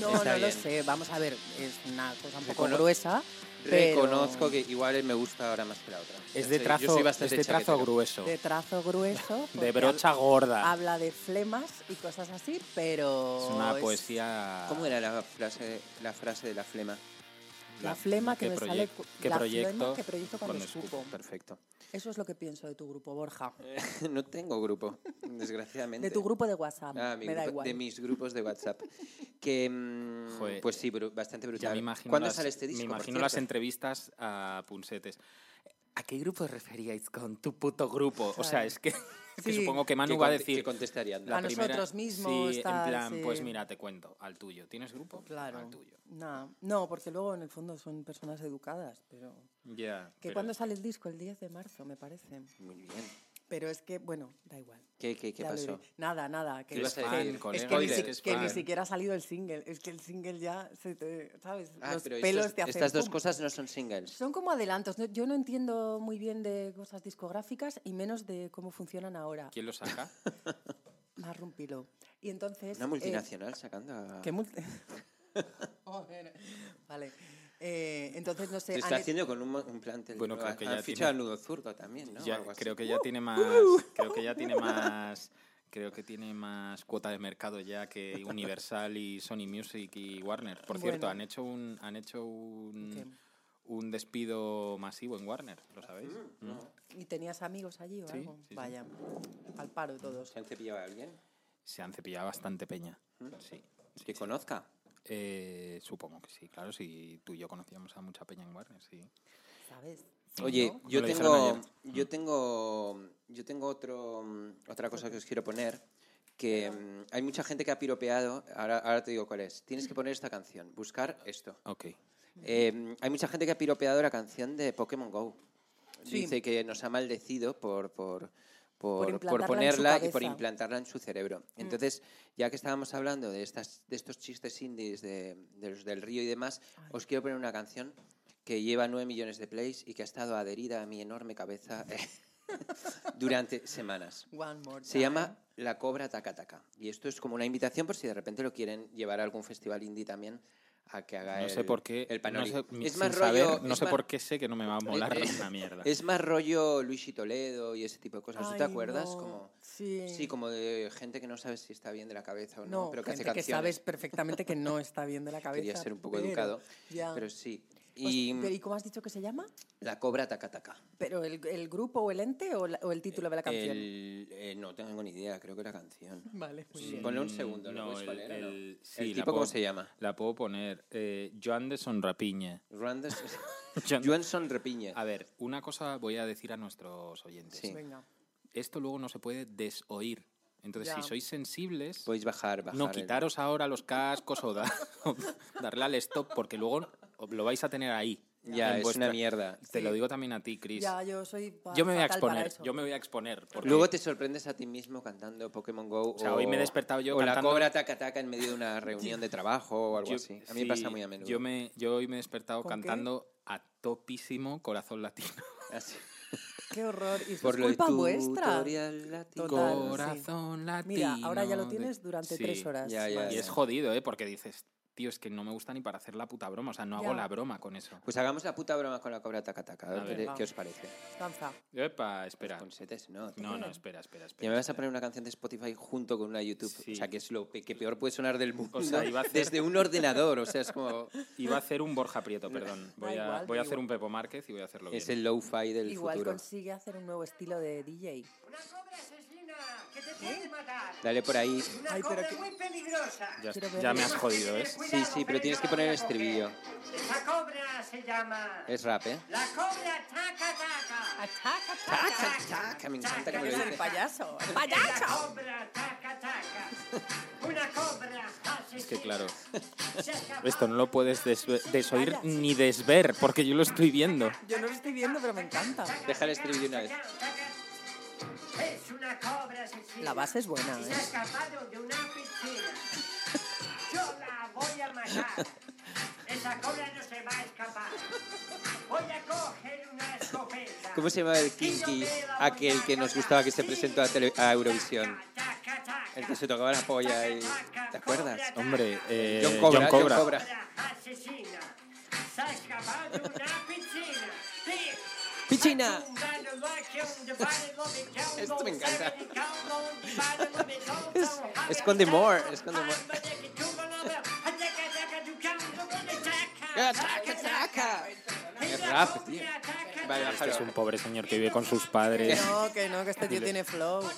C: No,
B: Está
C: no lo
B: bien.
C: sé. Vamos a ver, es una cosa un poco
B: Recono-
C: gruesa. pero
B: Reconozco que igual me gusta ahora más que la otra.
D: Es de
B: Yo soy-
D: trazo,
B: Yo soy bastante
D: es de trazo
B: chaquetero.
D: grueso,
C: De
D: de,
C: trazo
B: (laughs)
C: grueso. porque
D: brocha gorda.
C: Habla de flemas y cosas así, pero.
D: Es una
C: Oh, es-
D: poesía.
B: ¿Cómo era la frase, la frase de la flema? (laughs)
C: La flema que
D: ¿Qué
C: me
D: proye-
C: sale. cu-
D: qué
C: la
D: proyecto
C: flema que proyecto cuando,
D: cuando
C: escupo.
B: Perfecto.
C: Eso es lo que pienso de tu grupo, Borja.
B: No tengo grupo, desgraciadamente.
C: De tu grupo de WhatsApp.
B: Ah, mi
C: me da
B: grupo-
C: igual.
B: De mis grupos de WhatsApp. Que, mm,
D: Joder,
B: pues sí, bru- bastante
D: Ya
B: brutal.
D: me imagino
B: ¿Cuándo
D: las-
B: sale este disco?
D: Me
B: por
D: imagino las
B: cierto?
D: entrevistas a Punsetes. ¿A qué grupo os referíais con tu puto grupo? O sea,
C: Claro.
D: es que, es que
C: Sí.
D: supongo que Manu
B: ¿Qué
D: va a
B: conte-
D: decir... "Ah,
B: qué contestarían? Ah,
D: la
C: A
D: primera-
C: nosotros mismos,
D: Sí,
C: tal,
D: en plan,
C: sí.
D: pues mira, te cuento, al tuyo. ¿Tienes grupo?
C: Claro.
D: Al tuyo.
C: Nah, No, porque luego en el fondo son personas educadas, pero.
D: Ya.
C: Que
D: pero-
C: cuando sale el disco, el 10 de marzo, me parece.
B: Muy bien.
C: Pero es que, bueno, da igual.
B: ¿Qué, qué, qué
C: Ya lo
B: pasó?
C: diré. Nada, nada. Que
B: ¿Qué ibas a
C: que-
B: decir?
C: es que,
D: Colega,
C: ni,
B: spoiler,
C: si-
B: es
C: que ni
B: fan.
C: siquiera ha salido el single. Es que el single ya se te. ¿Sabes?
B: Ah,
C: Los
B: pero
C: pelos
B: estos-
C: te hacen.
B: estas dos
C: pum.
B: cosas no son singles.
C: Son como adelantos. ¿no? Yo no entiendo muy bien de cosas discográficas y menos de cómo funcionan ahora.
D: ¿Quién lo saca?
C: Más rumpilo. Y entonces.
B: Una
C: eh,
B: multinacional sacando a...
C: ¿Qué multi- (laughs) Joder. Vale. Eh, entonces, no sé.
B: Se
C: han
B: está
C: he-
B: haciendo con un, mo- un plantel.
D: Bueno, creo
B: han-
D: que
B: han
D: ya
B: fichado
D: tiene-
B: al nudo zurdo también, ¿no?
D: Ya,
B: Algo así. ¡Uh!
D: creo que ya tiene más... Creo que ya tiene más... Creo que tiene más cuota de mercado ya que Universal y Sony Music y Warner. Por cierto,
C: Bueno.
D: han hecho un, han hecho un,
C: ¿Qué?
D: un despido masivo en Warner, ¿lo sabéis? Mm.
C: ¿Y tenías amigos allí o
D: Sí,
C: algo?
D: sí, sí.
C: Vaya. Al paro todos.
B: ¿Se han cepillado a alguien?
D: Se han cepillado bastante peña.
B: Mm.
D: Sí.
B: Que conozca.
D: Eh, supongo que sí, claro, si tú y yo conocíamos a mucha peña en Warner, sí.
C: ¿Sabes?
B: Oye,
C: ¿No?
B: yo
D: lo
B: tengo,
D: dijeron
B: yo tengo, yo tengo otro, mm, otra cosa que os quiero poner, que mm, hay mucha gente que ha piropeado, ahora, ahora te digo cuál es, tienes que poner esta canción, buscar esto.
D: Ok.
B: Eh, hay mucha gente que ha piropeado la canción de Pokémon Go.
C: Sí.
B: Dice que nos ha maldecido por, por, por-
C: Por
B: por
C: implantarla en su
B: ponerla y por
C: cabeza. Mm.
B: implantarla en su cerebro. Entonces, ya que estábamos hablando de, estas, de estos chistes indies de, de los del río y demás, os quiero poner una canción que lleva 9 millones de plays y que ha estado adherida a mi enorme cabeza eh, (laughs) durante semanas.
C: One more
B: Se llama
C: time.
B: La Cobra Taca Taca. Y esto es como una invitación por si de repente lo quieren llevar a algún festival indie también a que haga
D: No
B: el,
D: sé por qué.
B: el
D: no
B: panori.
D: sé, mi-
B: es más
D: sin
B: rollo...
D: saber, no
B: es
D: sé
B: más-
D: por qué sé que no me va a
B: (laughs)
D: molar
B: eh, eh,
D: una mierda.
B: Es más rollo Luigi Toledo y ese tipo de cosas. ¿Tú te
C: Ay,
B: acuerdas?
C: no.
B: Como,
C: Sí.
B: sí, como de gente que no sabe si está bien de la cabeza o no,
C: No,
B: pero que hace
C: gente que
B: canciones.
C: sabes perfectamente que no está bien de la cabeza.
B: (laughs) Quería ser un poco
C: pero-
B: educado,
C: ya.
B: pero sí.
C: Pues,
B: Y
C: pero ¿y cómo has dicho que se llama?
B: La Cobra Taca Taca.
C: ¿Pero el, el grupo o el ente o, la- o el título de la canción?
B: El- eh, no tengo ni idea, creo que era canción.
C: Vale, muy bien.
B: Ponle un segundo, ¿no?
D: No,
B: ¿Ves cuál
D: el-
B: era, no?
D: el- sí,
B: ¿El
D: la
B: tipo cómo
D: puedo-
B: se llama?
D: La puedo poner. Eh, Joan de Sonrapiñe.
B: Randes...
D: (laughs) Joan-
B: Johnson Repiña.
D: A ver, una cosa voy a decir a nuestros oyentes.
B: Sí.
C: Venga.
D: Esto luego no se puede desoír. Entonces,
C: Ya.
D: si sois sensibles,
B: Podéis bajar, bajar.
D: no
B: el-
D: quitaros ahora los cascos o, da- (laughs) o darle al stop porque luego lo vais a tener ahí.
B: Ya,
D: en
B: es
D: vuestra-
B: una mierda.
D: Te lo
C: Sí.
D: digo también a ti, Chris.
C: Ya, yo soy. fa-
D: Yo me voy a
C: fatal para
D: exponer,
C: eso.
D: yo me voy a exponer. porque-
B: Luego te sorprendes a ti mismo cantando Pokémon Go.
D: sea, hoy me he despertado yo
B: o
D: cantando-
B: la cobra taca taca en medio de una reunión de trabajo o algo
D: yo-
B: así. A mí
D: sí,
B: me pasa muy a menudo.
D: Yo, me, yo hoy me he despertado
C: ¿Con qué?
D: cantando a topísimo Corazón Latino.
B: (laughs) Así.
C: Qué horror. Y eso
B: Por
C: es
B: lo de
C: culpa vuestra.
B: tutorial latino.
C: Total, sí.
D: Corazón Latino.
C: Mira, ahora ya lo
D: de-
C: tienes durante
D: Sí,
C: tres horas.
B: ya, ya,
C: más.
D: Y
B: ya.
D: es jodido, ¿eh? Porque dices, tío, es que no me gusta ni para hacer la puta broma. O sea, no
C: Ya.
D: hago la broma con eso.
B: Pues hagamos la puta broma con la cobra tacataca. A ver,
D: A
B: qué
D: ver.
B: te- qué os parece.
C: Danza.
D: Epa, espera.
B: Con setes, no. tío.
D: Pues No, no, espera, espera, espera.
B: Ya me vas a
D: espera.
B: poner una canción de Spotify junto con una de YouTube.
D: Sí.
B: O sea, que es lo pe- que peor puede sonar del mundo.
D: O sea,
B: (laughs)
D: iba a hacer-
B: Desde un ordenador. O sea, es como.
D: Iba a hacer un Borja
B: (laughs)
D: Prieto, perdón. Voy a,
C: igual,
D: voy a
C: da
D: hacer
C: igual.
D: un Pepo Márquez y voy a hacerlo bien.
B: Es el lo-fi del
C: Igual
B: futuro.
C: consigue hacer un nuevo estilo de DJ.
F: Una cobra asesina que te puede matar.
B: Dale por ahí.
F: Una
C: Ay, pero
F: cobra
C: que-
F: muy peligrosa.
D: Ya,
C: Quiero
D: ya me
C: verlo.
D: has jodido, ¿eh?
B: Sí, sí, pero tienes que poner el estribillo.
F: Esa cobra se llama.
B: Es rap, ¿eh?
F: La cobra taca taca.
C: ¡Ataca,
B: Taca, taca, me encanta Ah, que me lo
F: Taca,
B: dices.
C: payaso!
F: La cobra taca taca. Una cobra asesina.
D: Es que claro,
F: Se escapó
D: esto no lo puedes desve- desoír ni desver, porque yo lo estoy viendo.
C: Yo no lo estoy viendo, pero me encanta.
B: Deja el estribillo una vez.
F: Es una cobra asesina.
C: La base es buena,
F: Y
C: ¿eh?
F: Se ha escapado de una piscina. Yo la voy a matar. Esa cobra no se va a escapar. Voy a coger una escopeta.
B: ¿Cómo se llama el kinky? Aquel que nos gustaba que se presentó a, tele- a Eurovisión. El que se tocaba la polla y... ¿Te acuerdas?
D: Hombre, eh,
B: John Cobra, John Cobra.
F: Cobra asesina. Se ha escapado de una piscina. Sí.
B: ¡Pichina!
F: Esto me encanta.
B: Es-
F: Es,
B: es con
F: con
B: The More,
F: Demore,
B: es
F: es
B: con
F: con
B: The More.
F: Demore.
B: ¡Taca, taca! Es rap, tío. Vale,
D: Este es
B: bájalo.
D: un pobre señor que vive con sus padres.
C: No, que no, que este tío tiene flow.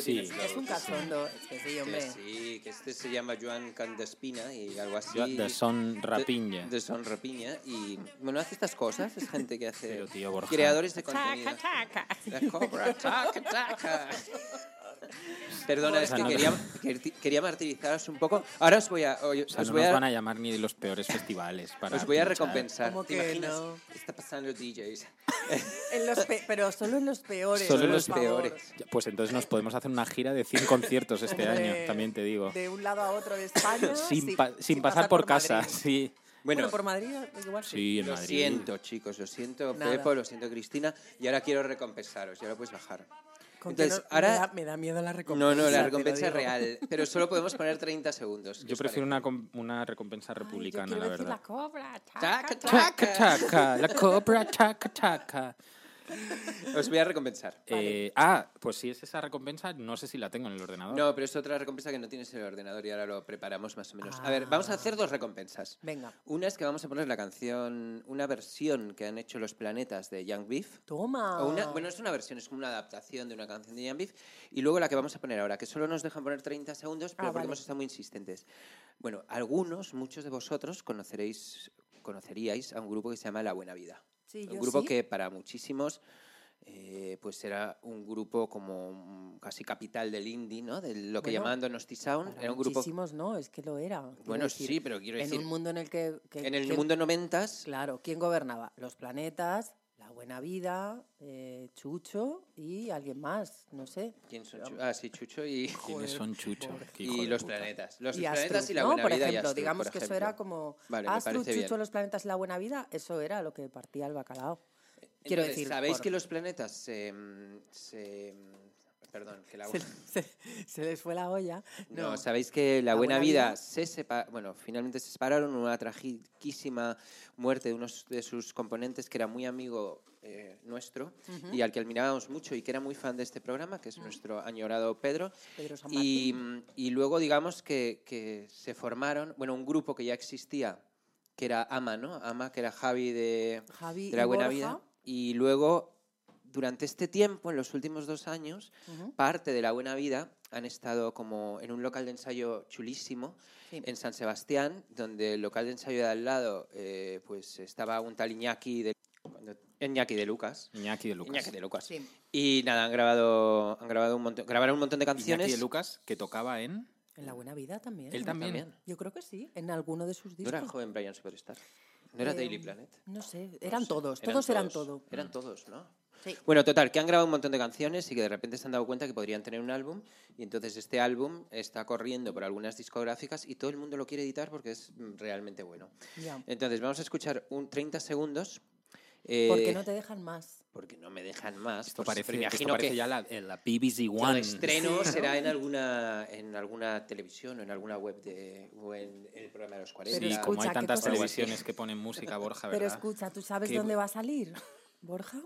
D: Sí.
B: Este tiene flow,
C: Es un
B: que sí.
C: cachondo. Es que sí,
B: Que
C: hombre.
B: sí, que este se llama Joan Candespina y algo así.
D: Yo- De son rapiña.
B: De Son Rapiña. Y bueno, hace estas cosas. Es gente que hace...
D: Pero, tío, Borja.
B: Creadores de contenido. La cobra, taca,
C: (laughs)
B: taca. Perdona, es
D: O sea,
B: que
D: no-
B: quería, quer- quería martirizaros un poco. Ahora os voy a...
D: O sea,
B: os
D: no
B: voy
D: nos
B: a-
D: van a llamar ni de los peores festivales. Para
B: Os voy a
D: pinchar.
B: recompensar.
C: ¿Cómo
B: ¿Te
C: que
B: imaginas?
C: no?
B: ¿Qué está pasando los DJs?
C: En los pe- pero solo en los peores.
D: Solo
C: por
D: los
C: favor.
B: peores.
D: Ya, Pues entonces nos podemos hacer una gira de 100 conciertos este
C: Hombre,
D: año, también te digo.
C: De un lado a otro de
B: (laughs)
C: España.
D: Sin, pa- sin pasar por, casa, (laughs)
C: Madrid.
D: sí.
C: Bueno,
B: Bueno,
C: por Madrid igual sí.
D: Sí, en
B: lo
D: Madrid.
B: siento, chicos, lo siento,
C: Nada.
B: Pepo, lo siento, Cristina. Y ahora quiero recompensaros, ya lo puedes bajar.
C: Con que
B: Entonces,
C: no-
B: ahora...
C: me, da, me da miedo la recompensa.
B: no, no,
C: te
B: la
C: lo
B: recompensa es
C: digo.
B: real, pero solo podemos poner 30 segundos. ¿qué
D: Yo
B: os
D: prefiero una,
B: parece?
D: com- una recompensa republicana, la verdad.
B: Taca,
D: Taca,
B: taca.
D: taca, la (laughs) cobra, taca, taca.
B: Os voy a recompensar.
D: Eh, ah, pues si es esa recompensa, no sé si la tengo en el ordenador.
B: No, pero es otra recompensa que no tienes en el ordenador y ahora lo preparamos más o menos. A ver, vamos a hacer dos recompensas.
C: Venga.
B: Una es que vamos a poner la canción, una versión que han hecho los planetas de Young Beef.
C: Toma.
B: O una- bueno, es una versión, es como una adaptación de una canción de Young Beef. Y luego la que vamos a poner ahora, que solo nos dejan poner 30 segundos, pero
C: Ah,
B: porque
C: vale.
B: hemos estado muy insistentes. Bueno, algunos, muchos de vosotros conoceréis, conoceríais a un grupo que se llama La Buena Vida.
C: Sí,
B: un
C: yo
B: grupo
C: sí.
B: que para muchísimos eh, pues era un grupo como mm, casi capital del indie, ¿no? De lo que
C: Bueno,
B: llamaban Donosti Sound.
C: Para
B: Era un grupo...
C: Muchísimos no, es que lo era. Quiero
B: Bueno, sí, pero quiero decir-
C: En un mundo en el que. que-
B: En el
C: que-
B: mundo noventas,
C: Claro, ¿quién gobernaba? Los planetas, la buena vida, eh, Chucho y alguien más, no sé.
B: ¿quién son? Chu- Ah, sí, Chucho
C: (laughs)
B: y...
D: ¿Quiénes son Chucho? Qué hijo
B: Y
D: de
B: los
D: puta.
B: planetas. Los
C: Y
B: planetas
C: Astrud,
B: y la
C: ¿no?
B: buena
C: por
B: vida
C: ejemplo,
B: y Astrud,
C: digamos
B: por
C: que eso
B: ejemplo.
C: era como "Ah,
B: Vale, me
C: Astrud,
B: parece bien.
C: Chucho, los planetas, la buena vida, eso era lo que partía el bacalao. Quiero
B: Entonces,
C: decir,
B: ¿sabéis
C: por-
B: que los planetas se... mm, se, mm, perdón, que la...
C: (laughs) se, se- se les fue la olla.
B: No,
C: No,
B: sabéis que la,
C: La
B: buena,
C: Buena
B: vida,
C: Vida.
B: se separa, bueno, finalmente se separaron en una tragiquísima muerte de uno de sus componentes que era muy amigo eh, nuestro y al que admirábamos mucho y que era muy fan de este programa, que es nuestro añorado Pedro.
C: Mm. Pedro San
B: y, mm, y luego digamos que, que se formaron, bueno, un grupo que ya existía, que era Ama, ¿no? Ama, que era Javi de,
C: Javi
B: de la
C: y
B: Buena
C: Borja.
B: Vida. Y luego, durante este tiempo, en los últimos dos años, parte de La Buena Vida han estado como en un local de ensayo chulísimo
C: Sí.
B: en San Sebastián, donde el local de ensayo de al lado eh, pues estaba un tal Iñaki de, cuando- Iñaki de Lucas.
D: Iñaki de Lucas.
B: Iñaki de Lucas.
C: Sí.
B: Y nada, han grabado, han grabado un montón, grabaron un montón de canciones.
D: Iñaki de Lucas, que tocaba en...
C: en la buena vida también.
D: Él también.
B: también.
C: Yo creo que sí, en alguno de sus
B: ¿No
C: discos.
B: era el joven Brian Superstar? ¿No era
C: Eh,
B: Daily Planet?
C: No sé, eran
B: No sé,
C: todos, todos eran todo.
B: Eran todos, ¿no?
C: Sí.
B: Bueno, total, que han grabado un montón de canciones y que de repente se han dado cuenta que podrían tener un álbum y entonces este álbum está corriendo por algunas discográficas y todo el mundo lo quiere editar porque es mm, realmente bueno.
C: Ya.
B: Entonces vamos a escuchar un 30 segundos Eh,
C: Porque no te dejan más.
B: porque no me dejan más.
D: Esto
B: pues, pero
D: parece, esto
B: imagino
D: parece
B: que
D: ya la, eh, la BBC
B: todo
D: One.
B: estreno será en alguna, en alguna televisión o en alguna web de, o en el programa de los 40.
D: Sí,
C: Pero
D: como hay
C: escucha, ¿qué
D: tantas
C: cosas-
D: televisiones que ponen música, (laughs) Borja, ¿verdad?
C: Pero escucha, ¿tú sabes
D: Que-
C: dónde va a salir? ¿Borja?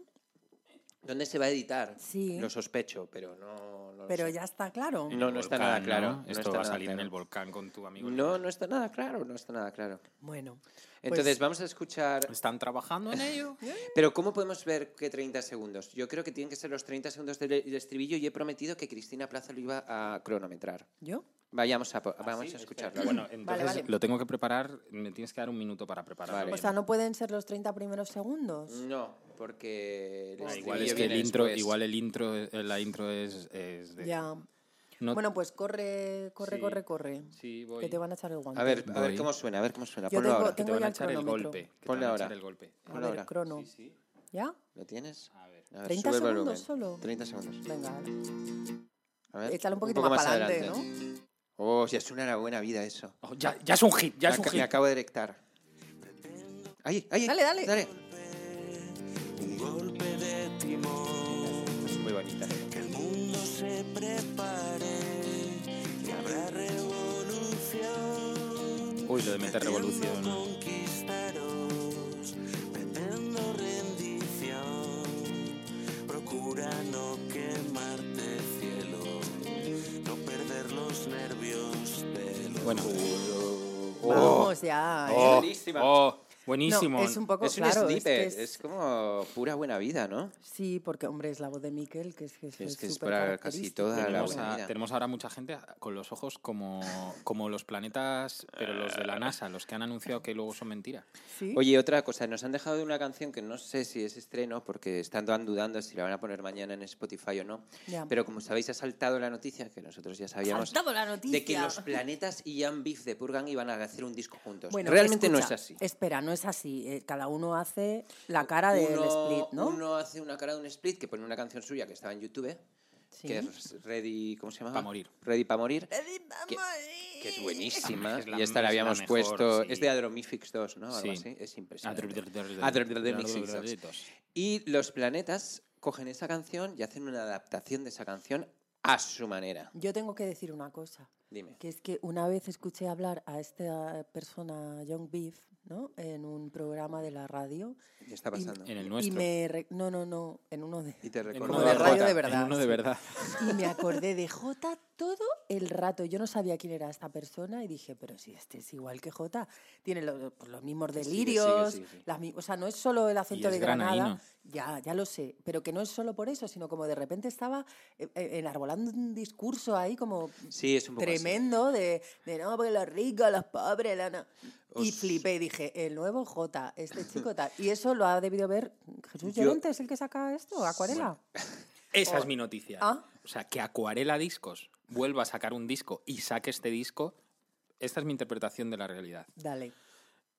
B: ¿Dónde se va a editar?
C: Sí.
B: Lo sospecho, pero no, no lo
C: Pero
B: sé.
C: ya está claro.
B: No, no está nada
D: Volcán,
B: claro.
D: ¿no?
B: no
D: Esto
B: está
D: va a
B: nada
D: salir en
B: claro.
D: el volcán con tu amigo.
B: No, no está nada claro, no está nada claro.
C: Pues Bueno.
B: Entonces
C: pues-
B: vamos a escuchar...
D: ¿Están trabajando en
B: (laughs)
D: ello?
B: Pero ¿cómo podemos ver que 30 segundos? Yo creo que tienen que ser los 30 segundos del del estribillo y he prometido que Cristina Plaza lo iba a cronometrar.
C: ¿Yo?
B: Vayamos a, po- vamos a escucharlo.
D: ¿Ah, Bueno, entonces
C: vale.
D: lo tengo que preparar. Me tienes que dar un minuto para prepararlo.
B: Vale.
C: O
D: bien.
C: sea, no pueden ser los 30 primeros segundos.
B: No, porque... el
D: Ah,
B: estribillo
D: igual es que el
B: viene
D: intro,
B: después.
D: igual el intro, eh, la intro es, es de-
C: Ya.
D: no-
C: Bueno, pues corre, corre,
D: Sí.
C: corre, corre.
D: Sí, voy.
C: Que te van a echar el guante.
B: A ver, a ver
D: Voy.
B: cómo suena, a ver cómo suena.
C: Yo
B: Ponlo
C: tengo-
B: ahora.
D: que te van
C: tengo ya
D: a
C: el
D: echar el
C: cronómetro.
D: golpe. que te
B: Ponle
D: van a
B: ahora.
D: echar el golpe.
C: A
B: Ponlo
C: ver,
B: ahora.
C: crono. ¿Ya?
B: ¿Lo tienes?
D: A ver.
B: A ver,
C: 30
B: sube el
C: segundos
B: volumen.
C: solo.
B: 30 segundos.
C: Venga.
B: A ver,
C: Échale un poquito más, para adelante, ¿no?
B: Oh, ya suena la buena vida eso.
D: Oh, ya, ya es un hit, ya
B: me,
D: es un
B: aca- me
D: hit.
B: acabo de erectar. Ahí, ahí.
C: Dale, dale.
B: Dale. Es muy bonita.
D: Uy, lo de meter revolución.
G: Procura no quemarte cielo, no perder los nervios de los
D: Bueno.
B: Oh.
C: Vamos ya. ¿eh?
D: Oh,
B: buenísima.
D: oh,
C: No,
D: buenísimo.
C: es un poco
B: Es un
C: claro. es que
B: snippet, es,
C: es-
B: como pura buena vida, ¿no?
C: Sí, porque, hombre, es la voz de Miquel, que es que es,
B: Es que
C: es
B: es
C: súper
B: para casi
C: característico.
B: toda la
D: Tenemos,
B: buena
D: a-
B: vida.
D: tenemos ahora mucha gente a- con los ojos como, como los planetas, pero los de
C: Eh.
D: la NASA, los que han anunciado que luego son mentira.
C: Sí.
B: Oye, otra cosa, nos han dejado de una canción que no sé si es estreno, porque están dudando si la van a poner mañana en Spotify o no.
C: Ya.
B: Pero como sabéis, ha saltado la noticia, que nosotros ya sabíamos,
C: Saltado la
B: de que
C: noticia.
B: los planetas y Jan Beef de Purgan iban a hacer un disco juntos.
C: Bueno, pues
B: Realmente no es
C: escucha,
B: así.
C: Espera, no es así. eh, Cada uno hace la cara del
B: uno,
C: split, ¿no?
B: uno hace una cara de un split que pone una canción suya que estaba en YouTube,
C: Sí. Eh,
B: que es Ready, ¿cómo se llama?
D: Pa' morir.
B: Ready para morir, que- que es buenísima. y esta la habíamos puesto. Es de Adromifix 2, ¿no? Algo
D: Sí.
B: así. Es impresionante. Adromifix 2.
D: Adromifix.
B: Y los planetas cogen esa canción y hacen una adaptación de esa canción a su manera.
C: Yo tengo que decir una cosa.
B: Dime.
C: Que es que una vez escuché hablar a esta persona, Young Beef, ¿no? En un programa de la radio.
B: ¿Qué está pasando?
D: En el
C: Y
D: nuestro.
C: me re- No, no, no, en uno de...
B: Y te
D: En
B: recuerdo.
D: uno
C: de radio de
D: en
C: verdad,
D: uno de
C: sí.
D: verdad.
C: Y me acordé de J todo el rato. Yo no sabía quién era esta persona y dije, pero si este es igual que J, tiene lo- pues, los mismos
B: sí, que sí, que
C: delirios,
B: sí, sí.
C: las mi- o sea, no es solo el acento
D: es
C: de Granada,
D: granaíno.
C: ya, ya lo sé, pero que no es solo por eso, sino como de repente estaba eh, eh, enarbolando un discurso ahí como
B: Sí, es un poco así.
C: tremendo de, de no, porque los ricos, los pobres, la no". Y
B: Os-
C: flipé y dije, el nuevo J, este chico tal. Y eso lo ha debido ver Jesús
B: Yo-
C: Llorente, es el que saca esto, acuarela.
D: Esa es mi noticia.
C: Ah.
D: O sea, que Acuarela Discos vuelva a sacar un disco y saque este disco, esta es mi interpretación de la realidad.
C: Dale.